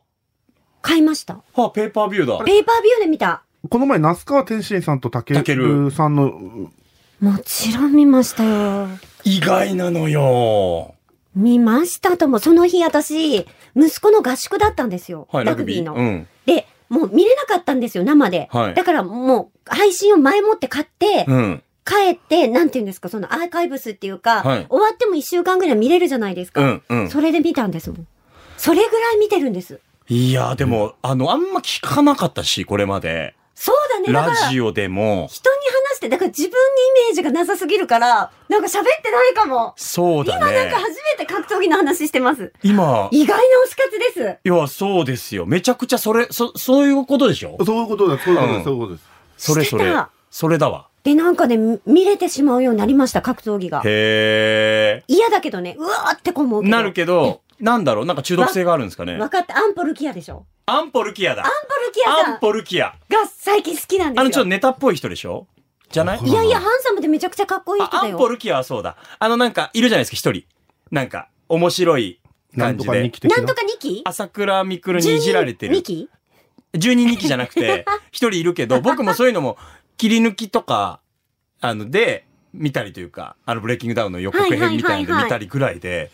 S3: 買いました。
S2: あ、はあ、ペーパービューだ。
S3: ペーパービューで見た。
S4: この前、那須川天心さんと
S2: た
S4: 武
S2: ける
S4: 尊さんの、
S3: もちろん見ましたよ。
S2: 意外なのよ。
S3: 見ましたとも、その日私、息子の合宿だったんですよ。
S2: はい、
S3: ラ
S2: ラ
S3: グ
S2: グ
S3: ビ
S2: ビ
S3: ー
S2: ー。
S3: の。
S2: うん。
S3: で、もう見れなかったんですよ、生で。
S2: はい
S3: だからもう、配信を前もって買って、
S2: うん。
S3: 帰って、なんていうんですか、そのアーカイブスっていうか、
S2: はい
S3: 終わっても一週間ぐらい見れるじゃないですか。
S2: うんうん
S3: それで見たんですもん。それぐらい見てるんです。
S2: いやーでも、あの、あんま聞かなかったし、これまで。
S3: そうだね、だか
S2: ラ
S3: ら、人に
S2: ジオでも。
S3: 話して、だから自分にイメージがなさすぎるから、なんか喋ってないかも。
S2: そうだ
S3: 今なん
S2: ね
S3: か。初めて格闘技の話してます。
S2: 今、い
S3: 意外な推し活です。
S2: や、そうですよ。めちゃくちゃそれ、そ、そういうことでしょ
S4: そういうことだ、そういうことで
S2: うん
S4: す、そういうことです。
S2: それ
S3: して
S2: そ
S3: た
S2: れ。それだわ。
S3: で、なんかね、み見れてしまうようになりました、格闘技が。
S2: へ
S3: 嫌だけどね、うわーってこう思う
S2: ー。
S3: けど。
S2: なるけど、なんだろうなんか中毒性があるんですかね。
S3: 分かった、アンポルキアでしょ。
S2: アンポルキアだ。
S3: アンポルキアさ
S2: ア
S3: ん
S2: ンポルキア。
S3: が最近好きなんですよ。
S2: あの、ちょっとネタっぽい人でしょじゃない
S3: いやいや、ハンサムでめちゃくちゃかっこいい
S2: あ
S3: 人
S2: ア
S3: だ
S2: ンポ
S3: よ。
S2: ルキアはそうだ。あの、なんか、いるじゃないですか、一人。なんか、面白い
S4: なん
S2: 感
S4: と
S2: じ
S4: か
S2: で
S4: に。来て
S3: なんとか2期
S2: 朝倉未来にいじられてる
S3: 2。期
S2: 12人気じゃなく て、一人いるけど、僕もそういうのも、切り抜きとか、あの、で、見たりというか、あの、ブレイキングダウンの予告編みたいので
S3: はいはいはいはい
S2: 見たりぐらいで、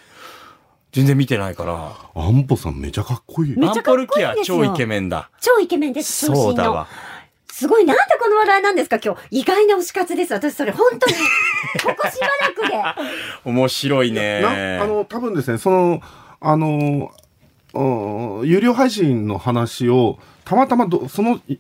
S2: 全然見てないから、
S4: アンポさんめちゃかっこいい。
S3: め
S2: ア
S3: ち
S2: ン
S3: ゃか
S2: ポ
S3: っ
S2: ル
S3: こ
S2: キ
S3: いいん
S2: ア
S3: ですよ
S2: 超イケメンだ。
S3: 超イケメンです、長
S2: そう
S3: 身
S2: だ
S3: の
S2: わ。。
S3: すごい、なんでこの話題なんですか、今日。意外な推し活です。私、それ、本当 に。ここしばらくで。
S2: 面白いね
S4: な。あの、多分ですね、その、あの、うん有料配信の話を、たまたまど、そのい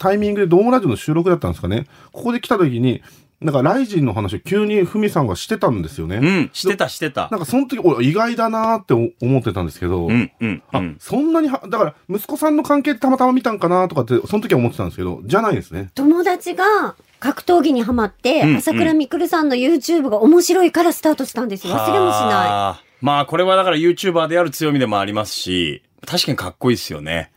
S4: タイミングでドームラジオの収録だったんですかね。ここで来た時に、なんか、ライジンの話を急にふみさんがしてたんですよね。
S2: うん、してたしてた
S4: な。んか、その時、俺、意外だなーってお思ってたんですけど、
S2: うん、うん、う
S4: あ
S2: ん。
S4: そんなには、だから、息子さんの関係でたまたま見たんかなとかって、その時は思ってたんですけど、じゃないんですね。
S3: 友達が、格闘技にハマって、
S2: うんうん
S3: 朝倉未来さんの YouTube が面白いからスタートしたんですよ。忘れもしない。
S2: い。まあ、これはだから YouTuber である強みでもありますし、確かにかっこいいですよね。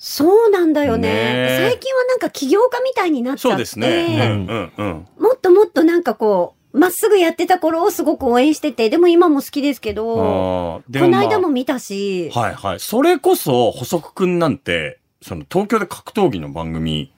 S3: そうなんだよね。
S2: ねえ
S3: 最近はなんか起業家みたいになっちゃ
S2: そ
S3: って。
S2: うですね。
S4: う
S2: うん、うん、うん。
S3: もっともっとなんかこう、まっすぐやってた頃をすごく応援してて、でも今も好きですけど、
S2: あーで
S3: この間
S2: ま
S3: も見たし、
S2: あはいはい。それこそ、補足くんなんて、その東京で格闘技の番組。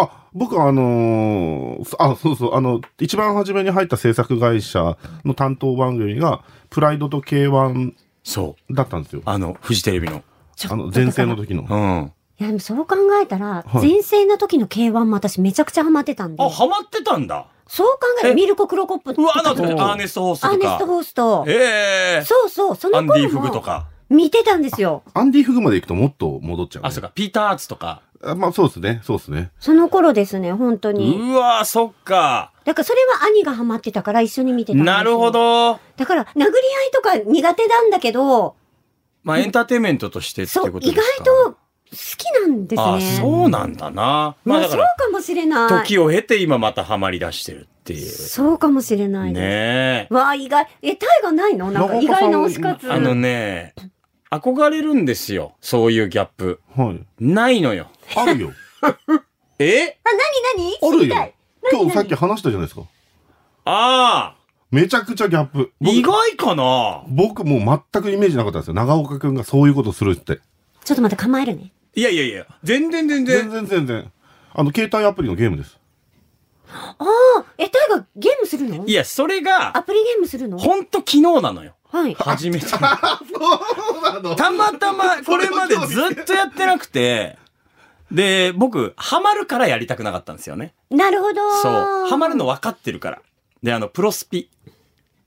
S4: あ、僕はあのーあ、そうそう、あの、一番初めに入った制作会社の担当番組が、プライドと K1
S2: そう。
S4: だったんですよ。
S2: あの、フジテレビの。
S3: ちょっ
S4: あの、
S3: と
S4: 前世の時の。
S2: うん。
S3: いや、でもそう考えたら、
S4: はい
S3: 前世の時の K1 も私めちゃくちゃハマってたんで
S2: あ、、ハマってたんだ。
S3: そう考えた
S2: え
S3: らミルコ・クロコップ
S2: う
S3: と
S2: わ、
S3: か
S2: なん
S3: と
S2: か
S3: か、
S2: アーネストホース
S3: アー
S2: と
S3: ネスト・
S2: か。
S3: ホースト、
S2: ええ。
S3: そうそう、そ
S2: ア
S3: の
S2: ンディ・
S3: 頃
S2: フグと
S3: も
S2: か。
S3: 見てたんですよ。
S4: アンディ・フグまで行くともっと戻っちゃう、
S2: あ、そうか。ピーター・アーツとか。
S4: あまあ、そうですね。そうですね。
S3: その頃ですね、本当に。
S2: うわ、そっか。
S3: だからそれは兄がハマってたから一緒に見てたんですよ
S2: なるほ。ど。
S3: だから殴り合いとか苦手なんだけど、
S2: まあ、エンターテインメントとしてって
S3: そ
S2: こと
S3: う、
S2: です
S3: 意
S2: か
S3: 外と好きなんです
S2: あ
S3: ね。
S2: そうなんだな。まあ
S3: まあ、
S2: だ
S3: そ
S2: か
S3: う
S2: ら、
S3: かもしれない。
S2: 時を経て今またハマり出してるっていう。
S3: そうかもしれないです。
S2: ねえ。
S3: わあ、意外。え、タイがないのなんか意外な推し活。
S2: あのね、憧れるんですよ。そういうギャップ。
S4: はい。
S2: ないのよ。
S4: あ るよ。
S2: え
S3: あ、なに
S4: あ
S3: なに知
S4: る
S3: りたい
S4: よ。。今日さっき話したじゃないですか。
S2: ああ
S4: めちゃくちゃギャップ。僕
S2: 意外かな
S4: 僕もう全くイメージなかったんですよ。長岡くんがそういうことするって。
S3: ちょっと待って、構えるね。
S2: いやいやいや、全然全
S4: 全
S2: 然。
S4: 然全然。あの、携帯アプリのゲームです。
S3: ああ、え、タイがゲームするの
S2: いや、それが
S3: ア、プリゲームするの
S2: ほんと昨日なのよ。
S3: はい。
S2: 初めて。
S4: そうなの
S2: たまた ま、これまでずっとやってなくて、で、僕、ハマるからやりたくなかったんですよね。
S3: なるほど。
S2: そう。ハマるの分かってるから。で、あの、プロスピ。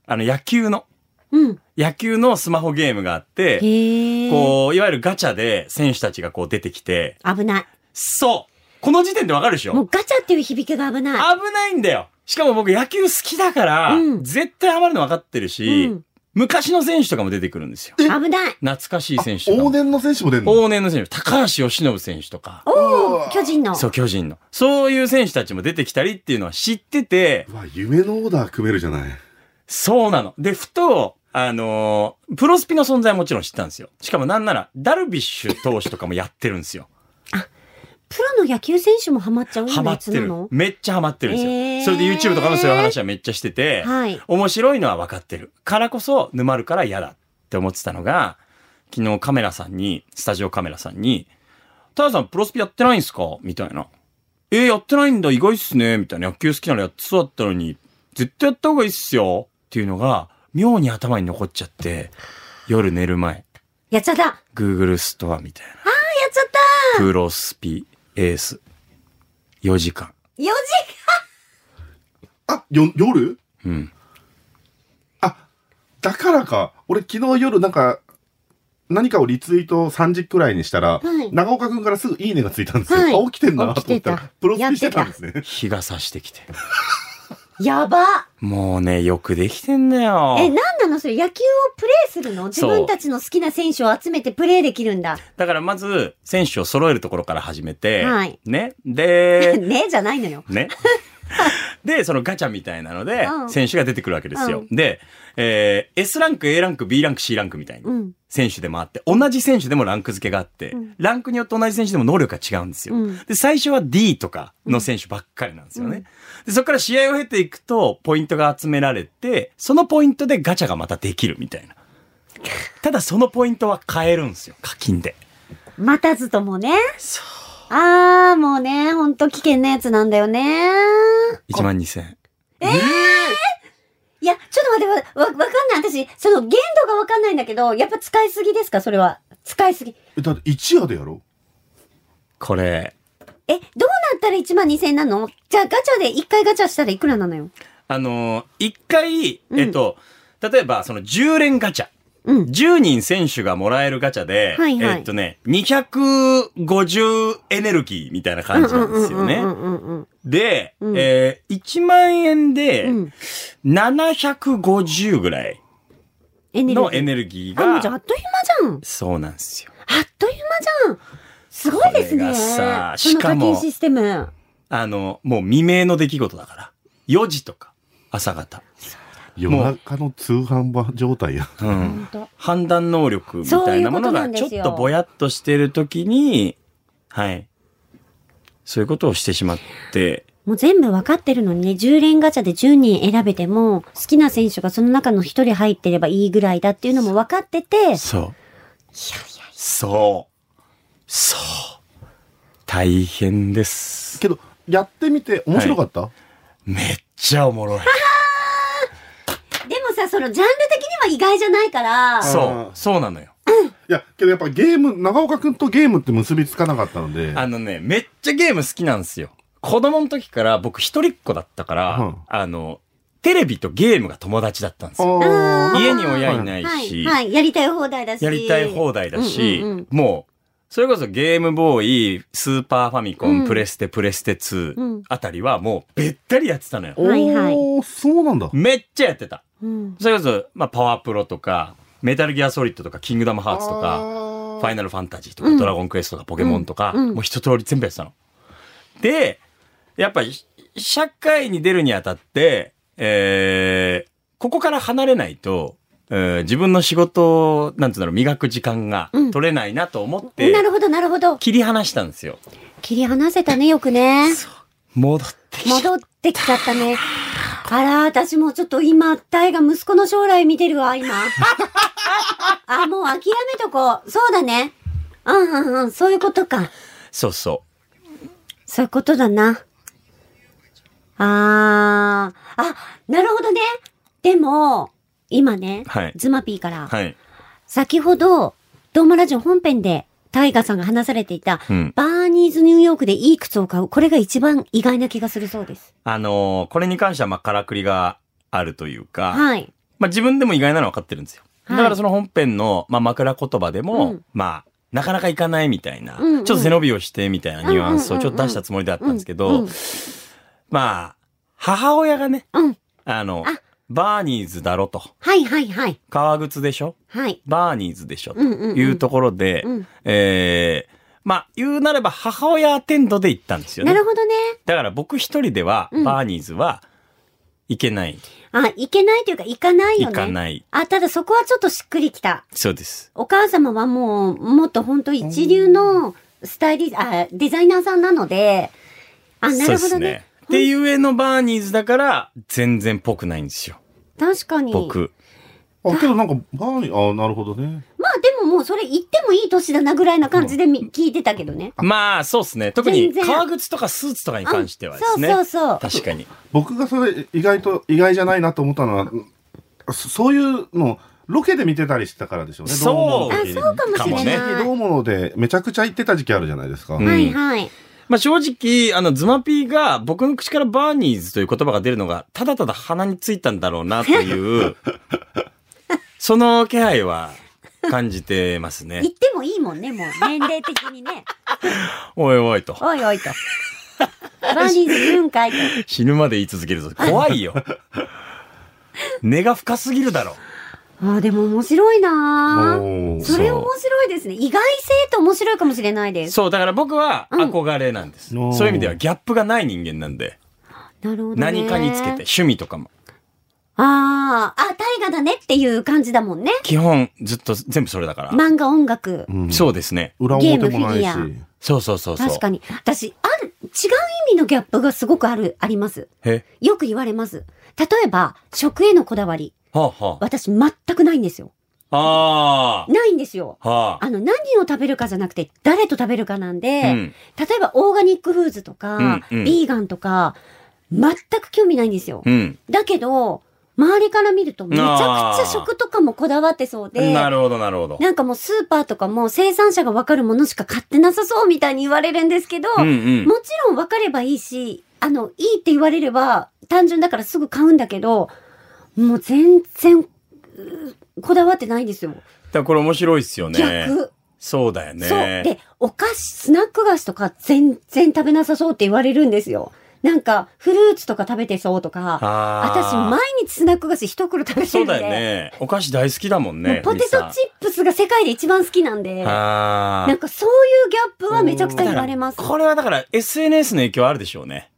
S2: あの、野球の、
S3: うん。
S2: 野球のスマホゲームがあって、
S3: へえ。
S2: こう、いわゆるガチャで選手たちがこう出てきて、
S3: 危ない。
S2: そうこの時点で分かるでしょ
S3: もうガチャっていう響きが危ない。
S2: 危ないんだよしかも僕野球好きだから、
S3: うん
S2: 絶対ハマるの分かってるし、
S3: うん
S2: 昔の選手とかも出てくるんですよ。
S3: 危ない。
S2: 懐かしい選手とか
S4: 往
S2: も。
S4: 年の選手も出るの
S2: 往年の選手、高橋由伸選手とか。
S3: おお、巨人の。
S2: そう、巨人の。そういう選手たちも出てきたりっていうのは知ってて、
S4: うわ、夢のオーダー組めるじゃない。
S2: そうなの。で、ふと、あのープロスピの存在はもちろん知ったんですよ。しかもなんなら、ダルビッシュ投手とかもやってるんですよ。
S3: プロの野球選手もハマっちゃうよ
S2: ハ
S3: うな
S2: マ
S3: や
S2: っ
S3: つ
S2: て
S3: な
S2: る
S3: の。
S2: めっちゃハマってるんですよ。
S3: えー
S2: それで YouTube とかもそういう話はめっちゃしてて、
S3: はい
S2: 面白いのは分かってる。からこそ、沼るから嫌だって思ってたのが、昨日カメラさんに、スタジオカメラさんに、タヤさんプロスピやってないんすかみたいな。えー、やってないんだ、意外っすね。みたいな。野球好きならやってそうだったのに、絶対やった方がいいっすよ。っていうのが、妙に頭に残っちゃって、夜寝る前、
S3: やっちゃった。やっ
S2: Google ストアみたいな。
S3: ちゃった
S2: プロスピエース。4時間。
S3: !4 時
S4: あ、よ、夜
S2: うん。
S4: あ、だからか。俺昨日夜なんか、何かをリツイート3時くらいにしたら、
S3: はい
S4: 長岡くんからすぐいいねがついたんですよ。
S3: はい
S4: あ、起きてんだと思った
S3: 起きて
S4: ら
S3: た、
S4: プロスピしてたんですね。
S2: 日が差してきて。
S3: やば
S2: もうね、よくできてんだよ。
S3: え、なんなのそれ野球をプレーするの自
S2: そう
S3: 分たちの好きな選手を集めてプレーできるんだ。
S2: だからまず、選手を揃えるところから始めて、
S3: はい
S2: ね。で、
S3: ねじゃないのよ。
S2: ね。で、そのガチャみたいなので
S3: う、ん
S2: 選手が出てくるわけですよ。
S3: う
S2: で、えー S ランク、A ランク、B ランク、C ランクみたいに
S3: うん。
S2: 選手でもあって、同じ選手でもランク付けがあって、
S3: うん
S2: ランクによって同じ選手でも能力が違うんですよ。
S3: うん
S2: で、最初は D とかの選手ばっかりなんですよね。
S3: うん
S2: で、そこから試合を経ていくと、ポイントが集められて、そのポイントでガチャがまたできるみた いな。ただそのポイントは変えるんですよ。課金で。
S3: 待たずともね。
S2: そ
S3: あー、もうね、ほんと危険なやつなんだよね。
S2: 1万2000円。
S3: いや、ちょっと待って、わ、わわかんない。私、その限度がわかんないんだけど、やっぱ使いすぎですかそれは。使いすぎ。
S4: えだって一夜でやろ
S2: これ、
S3: え、どうなったら1万2000なのじゃあガチャで1回ガチャしたらいくらなのよ。
S2: あのー一回、
S3: うん
S2: えっと、例えばその10連ガチャ。
S3: うん。
S2: 10人選手がもらえるガチャで、
S3: はいは
S2: え
S3: い
S2: っとね、250エネルギーみたいな感じなんですよね。
S3: うんうんうんうん
S2: で、
S3: うん
S2: えー、1万円
S3: うん
S2: で
S3: う、ん。
S2: 750ぐらい
S3: エネルギー。
S2: のエネルギー
S3: あ、もうじゃああ
S2: が、
S3: っという間じゃん。
S2: そうなんですよ。
S3: あっという間じゃん。すごいです
S2: こ
S3: ね。
S2: れがさ
S3: その
S2: しかも
S3: 課金システム。
S2: あの、もう未明の出来事だから。4時とか、朝方。
S4: 夜中の通販場状態や。
S2: う
S3: ほ
S2: ん。
S3: んと
S2: 判断能力みたいなものが
S3: そういうことなんで
S2: ちょっ
S3: すよ
S2: とぼやっとしてるときに、はい。そういうことをしてしまって、
S3: もう全部わかってるのにね、10連ガチャで10人選べても、好きな選手がその中の1人入ってればいいぐらいだっていうのも分かってて、いやいや
S2: そう。そう。そう。大変です。
S4: けど、やってみて面白かった、
S2: めっちゃおもろい。
S3: でもさ、そのジャンル的には意外じゃないから、
S2: そう。そうなのよ。
S4: いや、けどやっぱゲーム、長岡くんとゲームって結びつかなかったので。
S2: あのね、めっちゃゲーム好きなんですよ。子供の時から僕一人っ子だったから、
S4: うん
S2: あの、テレビとゲームが友達だったんですよ。
S3: あー
S2: 家に親いない
S3: は
S2: し、
S3: い、はい、やりたい放題だし。
S2: やりたい放題だし、
S3: うんうんうん
S2: もう、それこそゲームボーイ、スーパーファミコン、
S3: うん
S2: プレステ、プレステ
S3: うん
S2: 2あたりはもうべったりやってたのよ。
S4: おー
S3: はいはい
S4: そうなんだ。
S2: めっちゃやってた。
S3: うん
S2: それこそ、まあ、パワープロとか、メタルギアソリッドとか、キングダムハーツとか、
S4: あー
S2: ファイナルファンタジーとか、
S3: うん
S2: ドラゴンクエストとか、ポケモンとか、
S3: うんうん
S2: もう一通り全部やってたの。で、やっぱり、社会に出るにあたって、えー、ここから離れないと、えー自分の仕事を、なんつうんだろう、磨く時間が
S3: うん
S2: 取れないなと思って、
S3: なるほど、なるほど。
S2: 切り離したんですよ。
S3: 切り離せたね、よくね。
S2: 戻ってきた。
S3: 戻ってきちゃったね。あら、私もちょっと今、大が息子の将来見てるわ、今。 あ、もう諦めとこう。そうだね。うんうんうん、そういうことか。
S2: そうそ
S3: そういうことだな。あー、あ、なるほどね。でも、今ね、
S2: はい
S3: ズマピーから、
S2: う。はい。
S3: 先ほど、ドーマラジオ本編で、タイガさんが話されていた、
S2: うん
S3: バーニーズニューヨークでいい靴を買う。これが一番意外な気がするそうです。
S2: あのーこれに関しては、まあ、からくりがあるというか、
S3: はい。
S2: まあ、自分でも意外なの分かってるんですよ。
S3: は
S2: だ
S3: い
S2: からその本編の、まあ、枕言葉でも、
S3: うん
S2: まあ、なかなかいかないみたいな、
S3: うんうん
S2: ちょっと背伸びをしてみたいなニュアンスをちょっと出したつもりだったんですけど、
S3: うんうん
S2: まあ、母親がね、
S3: うん
S2: あの、
S3: あ
S2: バーニーズだろと、
S3: はいはいはい。
S2: 革靴でしょ
S3: はい。
S2: バーニーズでしょと
S3: うんうんうん
S2: いうところで、
S3: うん
S2: えーまあ、言うなれば母親アテンドで行ったんですよ
S3: な
S2: ね。
S3: るほどね。
S2: だから僕一人では、
S3: うん
S2: バーニーズはいけない。
S3: あ、いけないというか、行かないよね。
S2: 行かない
S3: あ、ただそこはちょっとしっくりきた。
S2: そうです。
S3: お母様はもう、もっと本当一流のスタイリあ、デザイナーさんなので、あ、なる
S2: そう
S3: ほ
S2: です
S3: ど
S2: ね
S3: ね。。
S2: っていう上のバーニーズだから、全然ぽくないんですよ。
S3: 確かに。
S2: 僕。
S4: あ、けどなんか、バーニー、あーなるほどね。
S3: まあでももうそれ言ってもいい年だなぐらいな感じでみ、聞いてたけどね。
S2: まあ、そうですね。特に
S3: 全然
S2: 革靴とかスーツとかに関してはですね。
S3: そうそうそう
S2: 確かに。
S4: 僕がそれ、意外と、意外じゃないなと思ったのは、そそういうの、ロケで見てたりしてたからでしょうね。
S2: そう
S4: どもの時
S3: あそうかもしれない
S4: 一時期どうもので、めちゃくちゃ行ってた時期あるじゃないですか。
S2: うん
S3: はいはい。
S2: まあ正直、あの、ズマピーが僕の口からバーニーズという言葉が出るのが、ただただ鼻についたんだろうなと いう、その気配は感じてます
S3: 言っ
S2: ね。
S3: てもいいもんね、もう。年齢的にね。
S2: おいおいと。
S3: おいおいと。バーニーズ言うんかいと。
S2: 死ぬまで言い続けるぞ。怖い よ。根が深すぎるだろ。
S3: あーでも面白いなー
S4: おー
S3: それ面白いですね。意外性って面白いかもしれないです。
S2: そう、だから僕は憧れなんです。
S4: うん
S2: そういう意味ではギャップがない人間なんで、
S3: なるほどね。
S2: 何かにつけて、趣味とかも。
S3: ああ、あ、大河だねっていう感じだもんね。
S2: 基本、ずっと全部それだから。
S3: 漫画、音楽。
S4: うん
S2: そうですね。
S4: 裏表もない
S3: ゲ
S4: し
S3: ームフィギ
S2: そうそうそうそう。
S3: 確かに。私、ある、違う意味のギャップがすごくある、あります。
S2: え
S3: よく言われます。例えば、食へのこだわり。
S2: はあ、は
S3: 私、全くないんですよ。
S2: あ。あ
S3: ないんですよ。
S2: あ。はあ。
S3: あの、何を食べるかじゃなくて、誰と食べるかなんで、
S2: うん
S3: 例えば、オーガニックフーズとか、
S2: うんうん
S3: ビーガンとか、全く興味ないんですよ。
S2: うん。
S3: だけど、周りから見ると、めちゃくちゃ食とかもこだわってそうで、
S2: なるほど、なるほど。
S3: なんかもうスーパーとかも生産者がわかるものしか買ってなさそうみたいに言われるんですけど、
S2: うんうん。
S3: もちろんわかればいいし、あの、いいって言われれば単純だからすぐ買うんだけど、もう全然、うーこだわってないんですよ。
S2: だからこれ面白いっすよね。
S3: 逆。
S2: そうだよね。
S3: そう。で、お菓子、スナック菓子とか全然食べなさそうって言われるんですよ。なんか、フルーツとか食べてそうとか、私
S2: あ
S3: 毎日スナック菓子一袋食べてるんで。
S2: そうだよね。お菓子大好きだもん
S3: もう
S2: ね。
S3: ポテトチップスが世界で一番好きなんで。
S2: あ
S3: な
S2: あ
S3: ん。かそういうギャップはめちゃくちゃ言われます。
S2: これはだから SNS の影響あるでしょうね。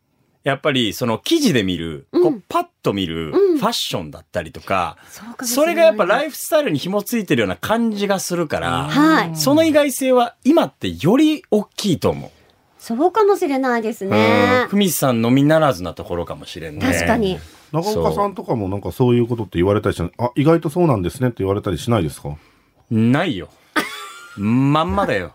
S2: やっぱりその記事で見る、
S3: うん
S2: こうパッと見る
S3: うん
S2: ファッションだったりとか、
S3: そうかもし
S2: そ
S3: ない
S2: れがやっぱライフスタイルに紐ついてるような感じがするから、
S3: はい
S2: その意外性は今ってより大きいと思う。
S3: そうかもしれないです
S2: うん
S3: ね。
S2: ふみさんのみならずなところかもしれんね。
S3: 確か。に。
S4: 中岡さんとかもなんかそういうことって言われたりしたあ、意外とそうなんですねって言われたりしないですか
S2: ないよ。まんまだよ。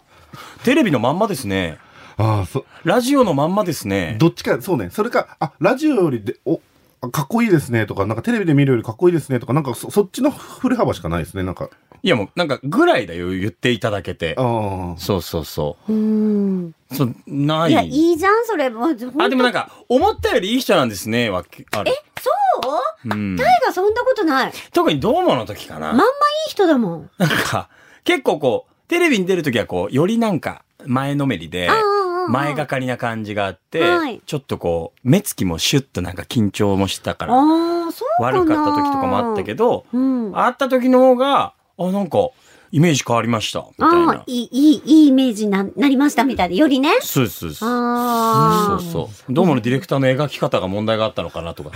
S2: テレビのまんまですね。
S4: ああ、そ、
S2: ラジオのまんまですね。
S4: どっちか、そうね。それか、あ、ラジオよりで、お、あかっこいいですねとか、なんかテレビで見るよりかっこいいですねとか、なんかそそっちの振れ幅しかないですね。なんか、
S2: いやもうなんかぐらいだよ、言っていただけて
S4: あ。あ。
S2: そうそうそう
S3: ーん。
S2: う。そう、ない。
S3: いや、いいじゃん、それ。もう
S2: あ、でもなん
S3: か。
S2: か、思ったよりいい人なんですね、は、ある。
S3: そう
S2: うん。
S3: タイがそんなことない。
S2: 特にどうもの時かな。
S3: まんまいい人だもん。
S2: なんか、結構こう、テレビに出る時はこう、よりなんか、前のめりで
S3: ああ、ああああ
S2: 前がかりな感じがあって
S3: はい、
S2: ちょっとこう、目つきもシュッとなんか緊張もしてたから、
S3: ああ、そうかな。
S2: 悪かった時とかもあったけ
S3: ど。
S2: ど、
S3: うん。あ
S2: 会った時の方が、あ、なんか、イメージ変わりました、みたい
S3: あ
S2: な、。
S3: いい、いい、いいイメージにななりましたみたいで、よりね。
S2: そうそうそう。
S3: あ
S2: そ
S3: あ。
S2: うそう。どうものディレクターの描き方が問題があったのかなとか、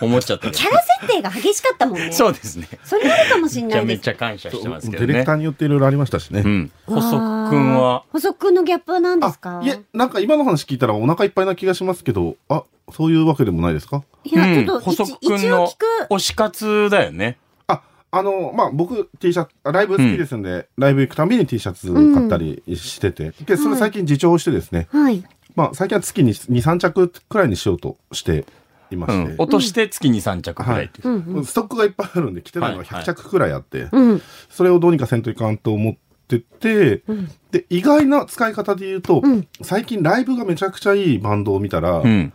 S2: 思っちゃったけど
S3: キャラ設定が激しかった もんね。
S2: そうですね。
S3: それあるかもしれ
S2: めち
S3: な
S2: ゃ
S3: い
S2: め
S3: です
S2: ち。ゃ感謝 してますけど
S4: ディレ
S2: ね
S4: クタ。ーによっていろいろありましたしね。
S2: うん。細く
S3: わあ
S2: くんは、
S3: 補足くんのギャップは何ですか
S4: あいえなんか今の話聞いたらお腹いっぱいな気がしますけどあそういうわけでもないですか
S3: いうや、
S2: ん、
S3: ちょっと
S2: 細
S3: 一、
S2: く
S3: 一
S2: くん
S3: 応
S2: の
S3: 聞く。
S2: 推し活だよね。
S4: ああのまあ僕 T シャツライブ好きですんで、ライブ行くたびに T シャツ買ったりしてて、でそれ最近自重してですね、
S3: はい。
S4: まあ最近は月に23着くらいにしようとしていま
S2: う
S4: して、
S2: ん。落として月に3着くらいっていう。
S3: うんうん。
S4: ストックがいっぱいあるんで着てないの
S2: は
S4: が100
S2: いはい
S4: 着くらいあって、
S3: うん。
S4: それをどうにかせんといかんと思ってて、
S3: ん
S4: で意外な使い方で言うと、
S3: うん
S4: 最近ライブがめちゃくちゃいいバンドを見たら、
S2: うん。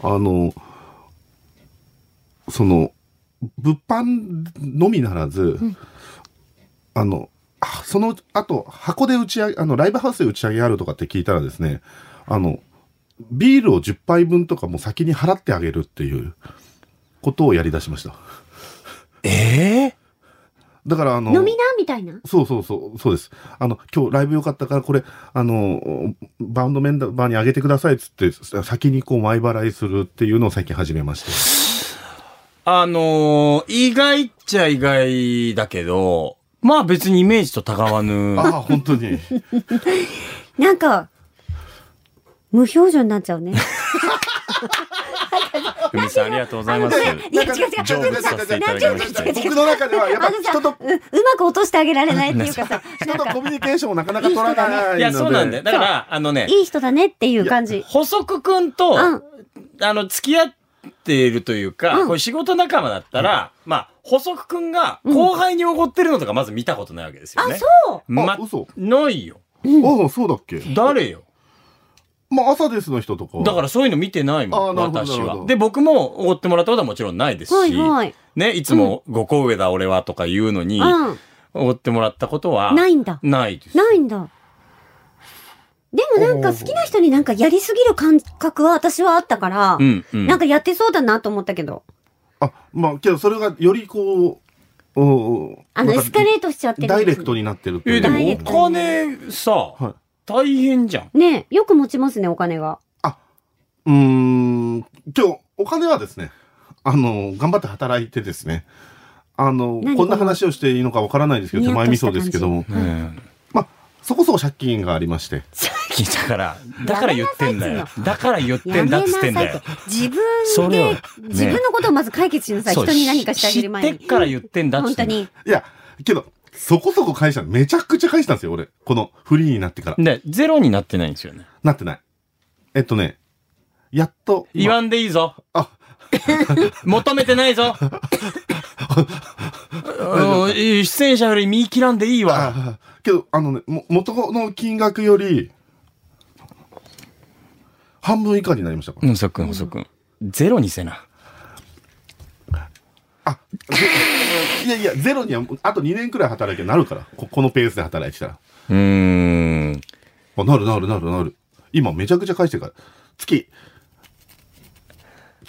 S4: あの、その、物販のみならず、あの、あその後、箱で打ち上げ、あの、ライブハウスで打ち上げあるとかって聞いたらですね、あの、ビールを10杯分とかもう先に払ってあげるっていうことをやり出しました。
S2: ええ
S4: だから、あの、
S3: 飲みなみたいな。
S4: そうそうそう、そうです。あの、今日ライブ良かったから、これ、あの、バンドメンバーにあげてくださいっつって、先にこう、前払いするっていうのを最近始めまして。
S2: あのー、意外っちゃ意外だけど、まあ別にイメージとたがわぬ。
S4: ああ、本当に。
S3: なんか、無表情になっちゃうね。
S2: ふみさんありがとうございます。
S3: いや、違う違う。
S2: 成仏させていただきまし
S3: 違う違う違う
S2: て。
S4: 僕の中ではやっぱ
S3: あのさ、
S4: 人
S3: うう
S4: と
S3: まく落としてあげられないっていうかさ、
S4: 人とコミュニケーションをなかなか取らないので。
S2: いや、そうなんだよ。だから、あのね、
S3: いい人だねっていう感じ。
S2: 細くくんと、
S3: うん
S2: あの、付き合っているというか、
S3: うん
S2: これ仕事仲間だったら、まあ、細くくんが後輩におごってるのとかまず見たことないわけですよね。
S3: そう
S2: ま
S4: あ嘘
S2: ないよ。
S4: ああ、そうだっけ
S2: 誰よ。
S4: まあ、朝ですの人とかは。
S2: だからそういうの見てないもん、
S4: あーなるほど
S2: 私
S4: なるほ
S2: は。
S4: ど
S2: で、僕もおごってもらったことはもちろんないですし、
S3: はいはい。
S2: ね、いつも5個上だ俺はとか言うのに、
S3: う
S2: おごってもらったことは
S3: ん。ないんだ。
S2: ないです。
S3: ないんだ。でもなんか好きな人になんかやりすぎる感覚は私はあったから、
S2: うん、うん。
S3: なんかやってそうだなと思ったけど。
S4: あ、まあ、けどそれがよりこう、お
S3: あの、エスカレートしちゃってるんです
S4: ダイレクトになってるって
S2: え
S4: い
S2: ー
S4: う
S2: で
S3: ダイレ
S2: も
S3: クト
S2: お金さ、
S4: はい
S2: 大変じゃん。
S3: ねえよく持ちますね、お金が。
S4: うーん、今日、お金はですね、あの、頑張って働いてですね、あの、
S3: 何
S4: こんな話をしていいのかわからないですけど、
S3: ニ
S4: 手
S3: ヤッと
S4: 前味
S3: した
S4: 噌
S3: 感じ
S4: ですけども、
S2: うん。
S4: そこそこ借金がありまして、
S2: 聞いたから、だから言ってんだ
S3: やめな
S2: よ
S3: さ。
S2: だから言っ
S3: や
S2: てんだっつっ
S3: さ
S2: て
S3: い
S2: んだよ。
S3: 自分
S2: それ
S3: で、
S2: を
S3: 自分のことをまず解決しなさい。
S2: そう
S3: 人に何かしてあげる前
S2: 知っ
S3: に
S2: て。っから言ってんだっつ
S3: 本
S2: ってん
S3: 当
S2: だよ。
S3: に。
S4: いや、けど、そこそこ返したの、めちゃくちゃ返したんですよ、俺。このフリーになってから。
S2: で、ゼロになってないんですよね。
S4: なってない。えっとね、やっと、今
S2: 言わんでいいぞ。
S4: あ
S2: 求めてないぞ。うん出演者より見切らんでいいわ。
S4: あ あけど、あのね、も元の金額より、半分以下になりましたから。
S2: うん、そくん、細くん。ゼロにせな。
S4: いやいや、ゼロには、あと2年くらい働けばなるから。ここのペースで働いてたら。
S2: うーん。
S4: あ、なるなるなるなる。今めちゃくちゃ返してるから。月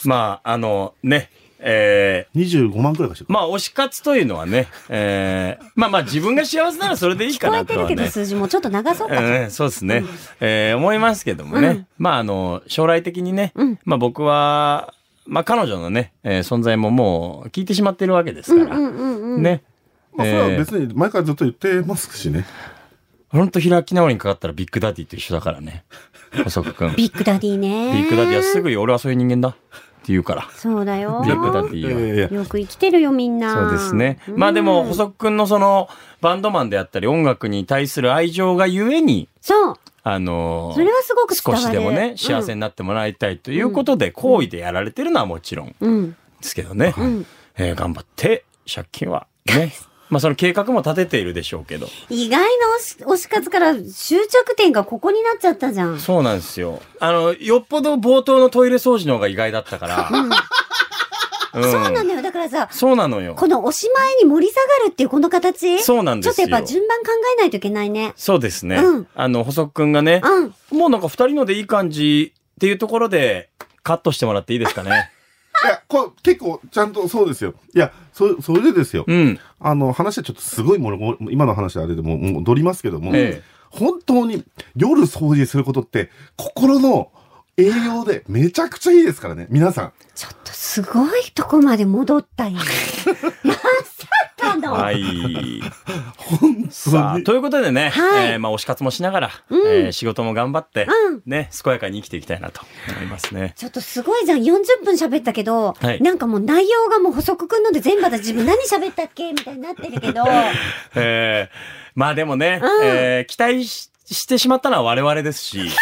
S2: まあ、あの、ね、えー、
S4: 25万くらい返してる。
S2: まあ、推し活というのはね、えー、まあまあ、自分が幸せならそれでいいか
S3: 超え
S2: なと
S3: てる
S2: は
S3: けど
S2: ね。
S3: 数字もちょっと流そうか。
S2: うん、そうですね、えー思いますけどもね。
S3: うん
S2: まあ、あの、将来的にね、
S3: うん
S2: まあ僕は、まあ彼女のね、えー存在ももう聞いてしまってるわけです
S3: うん
S2: から、
S3: うんうんうん。
S2: ね。
S4: まあ、それは
S2: えー
S4: 別に前からずっと言ってますしね。
S2: ほんと開き直りにかかったらビッグダディと一緒だから ね。細くん。ビ
S3: ビッグダディね。
S2: ッグダディはすぐに俺はそういう人間だって言うから。
S3: そうだよ。
S2: ビッグダデ
S4: い
S2: ィは。
S4: いやいや。
S3: よく生きてるよ、みんな。
S2: そうですね。まあでも、
S3: うん
S2: 細くんのその、バンドマンであったり、音楽に対する愛情がゆえに、
S3: そう。
S2: あのー
S3: それはすごく伝
S2: 少
S3: わる
S2: しでもね、幸せになってもらいたいということで、好意でやられてるのはもちろん
S3: うん。
S2: ですけどね。
S3: ん
S2: えー頑張って、借金は、ね。まあその計画も立てているでしょうけど。
S3: 意外な推し推し活から終着点がここになっちゃったじゃん。
S2: そうなんですよ。あの、よっぽど冒頭のトイレ掃除の方が意外だったから。うん
S3: そうなのよ。だからさ、
S2: そうなのよ。
S3: このおしまいに盛り下がるっていうこの形
S2: そうなんですよ
S3: ちょっとやっぱ順番考えないといけないね。
S2: そうですね。
S3: うん
S2: あの、細くんがね、
S3: うん。
S2: もうなんか二人のでいい感じっていうところで、カットしてもらっていいですかね。
S4: いやこう結構ちゃんとそうですよ。いや、そそれでですよ。
S2: うん。
S4: あの、話はちょっとすごいもの、もう今の話はあれでもう、もう踊りますけども、
S2: ええ
S4: 本当に夜掃除することって、心の栄養でめちゃくちゃいいですからね、皆さん。
S3: ちょっとすごいとこまで戻っ たよ。まさかの。
S2: はい。
S4: 本
S2: さ
S4: 当
S2: あ、
S4: に。
S2: ということでね、
S3: はい
S2: えーまあ、推し活もしながら、えー仕事も頑張って、
S3: うん
S2: ね、健やかに生きていきたいなと思いますね。
S3: ちょっとすごいじゃん。40分喋ったけど、
S2: はい
S3: なんかもう内容がもう補足くんので全部私自分何喋ったっけみたいになってるけ ど。
S2: えーまあでもね、
S3: うん
S2: えー期待ししてしまったのは我々です し、
S3: だね。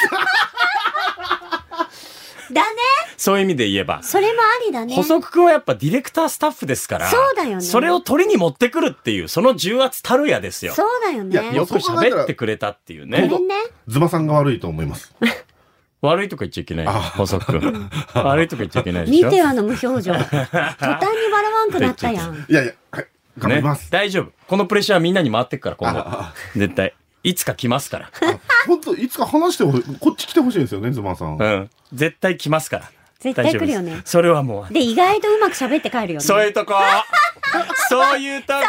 S2: そういう意味で言えば、
S3: それもありだね。
S2: 補足くんはやっぱディレクタースタッフですから、
S3: そうだよね
S2: それを取りに持ってくるっていう、その重圧たるやですよ。
S3: そうだよ
S4: いや
S3: ね。
S2: よ
S3: ご
S2: く喋ってくれたっていうね
S3: め。んね。
S4: ズマさんが悪いと思います。
S2: 悪いとこ言っちゃいけないよ。
S4: あ
S2: 細くん。悪いとこ言っちゃいけないでしょ。
S3: 見てよあの無表 情。途端に笑わんくなったやん。
S4: いやいや、はい、頑張ります
S2: ね。大丈夫。このプレッシャーはみんなに回ってくから、今後。絶対。いつか来ますから。
S4: あ本当、いつか話してほしい。こっち来てほしいんですよね、ズマさん。
S2: うん。絶対来ますから。
S3: 絶対来るよ
S2: 大
S3: ね
S2: 丈夫ですそれはもう。
S3: で、意外とうまく喋って帰るよね。
S2: そういうと こそういうとこ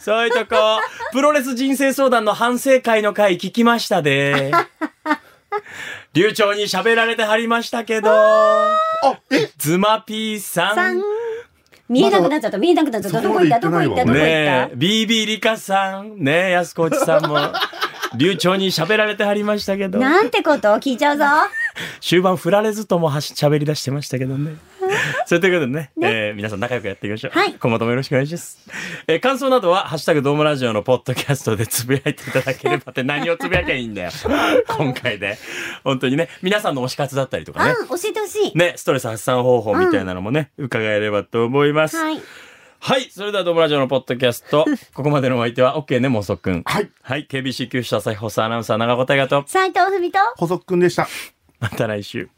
S2: そういうとこプロレス人生相談の反省会の会聞きました で。流暢に喋られてはりましたけど、
S4: あ、え
S2: ズマピーさ
S3: さん
S2: ん。
S3: 見えなくなっちゃった、見えなくなっちゃった。
S4: そ
S3: ど
S4: こ
S3: こ
S4: ま
S3: 行った
S4: で
S3: どこ行ったどこ
S2: ね
S3: 行っ
S2: え、BB リカさん。ねえ、安子内さん も。流暢に喋られてはりましたけ
S3: た
S2: ど。
S3: なんてことを聞いちゃうぞ。
S2: 終盤振られずともはし喋り出してましたけどね。そうということでね、えー皆さん仲良くやっていきましょう。
S3: はい
S2: 今後ともよろしくお願いします。えー感想などは、ハッシュタグドームラジオのポッドキャストでつぶやいていただければって何をつぶやけばいいんだよ。今回で。本当にね、皆さんの推し活だったりとかね。
S3: うん、教えてほしい。
S2: ね、ストレス発散方法みたいなのもね、伺えればと思います。
S3: はい。
S2: はい。それではドームラジオのポッドキャスト。ここまでのお相手は、OK ね、もうそくん。
S4: はい。
S2: はい。KBC 九州朝日放送アナウンサー長岡大和と、
S3: 斉藤文と
S4: 細くんでした。
S2: また来週。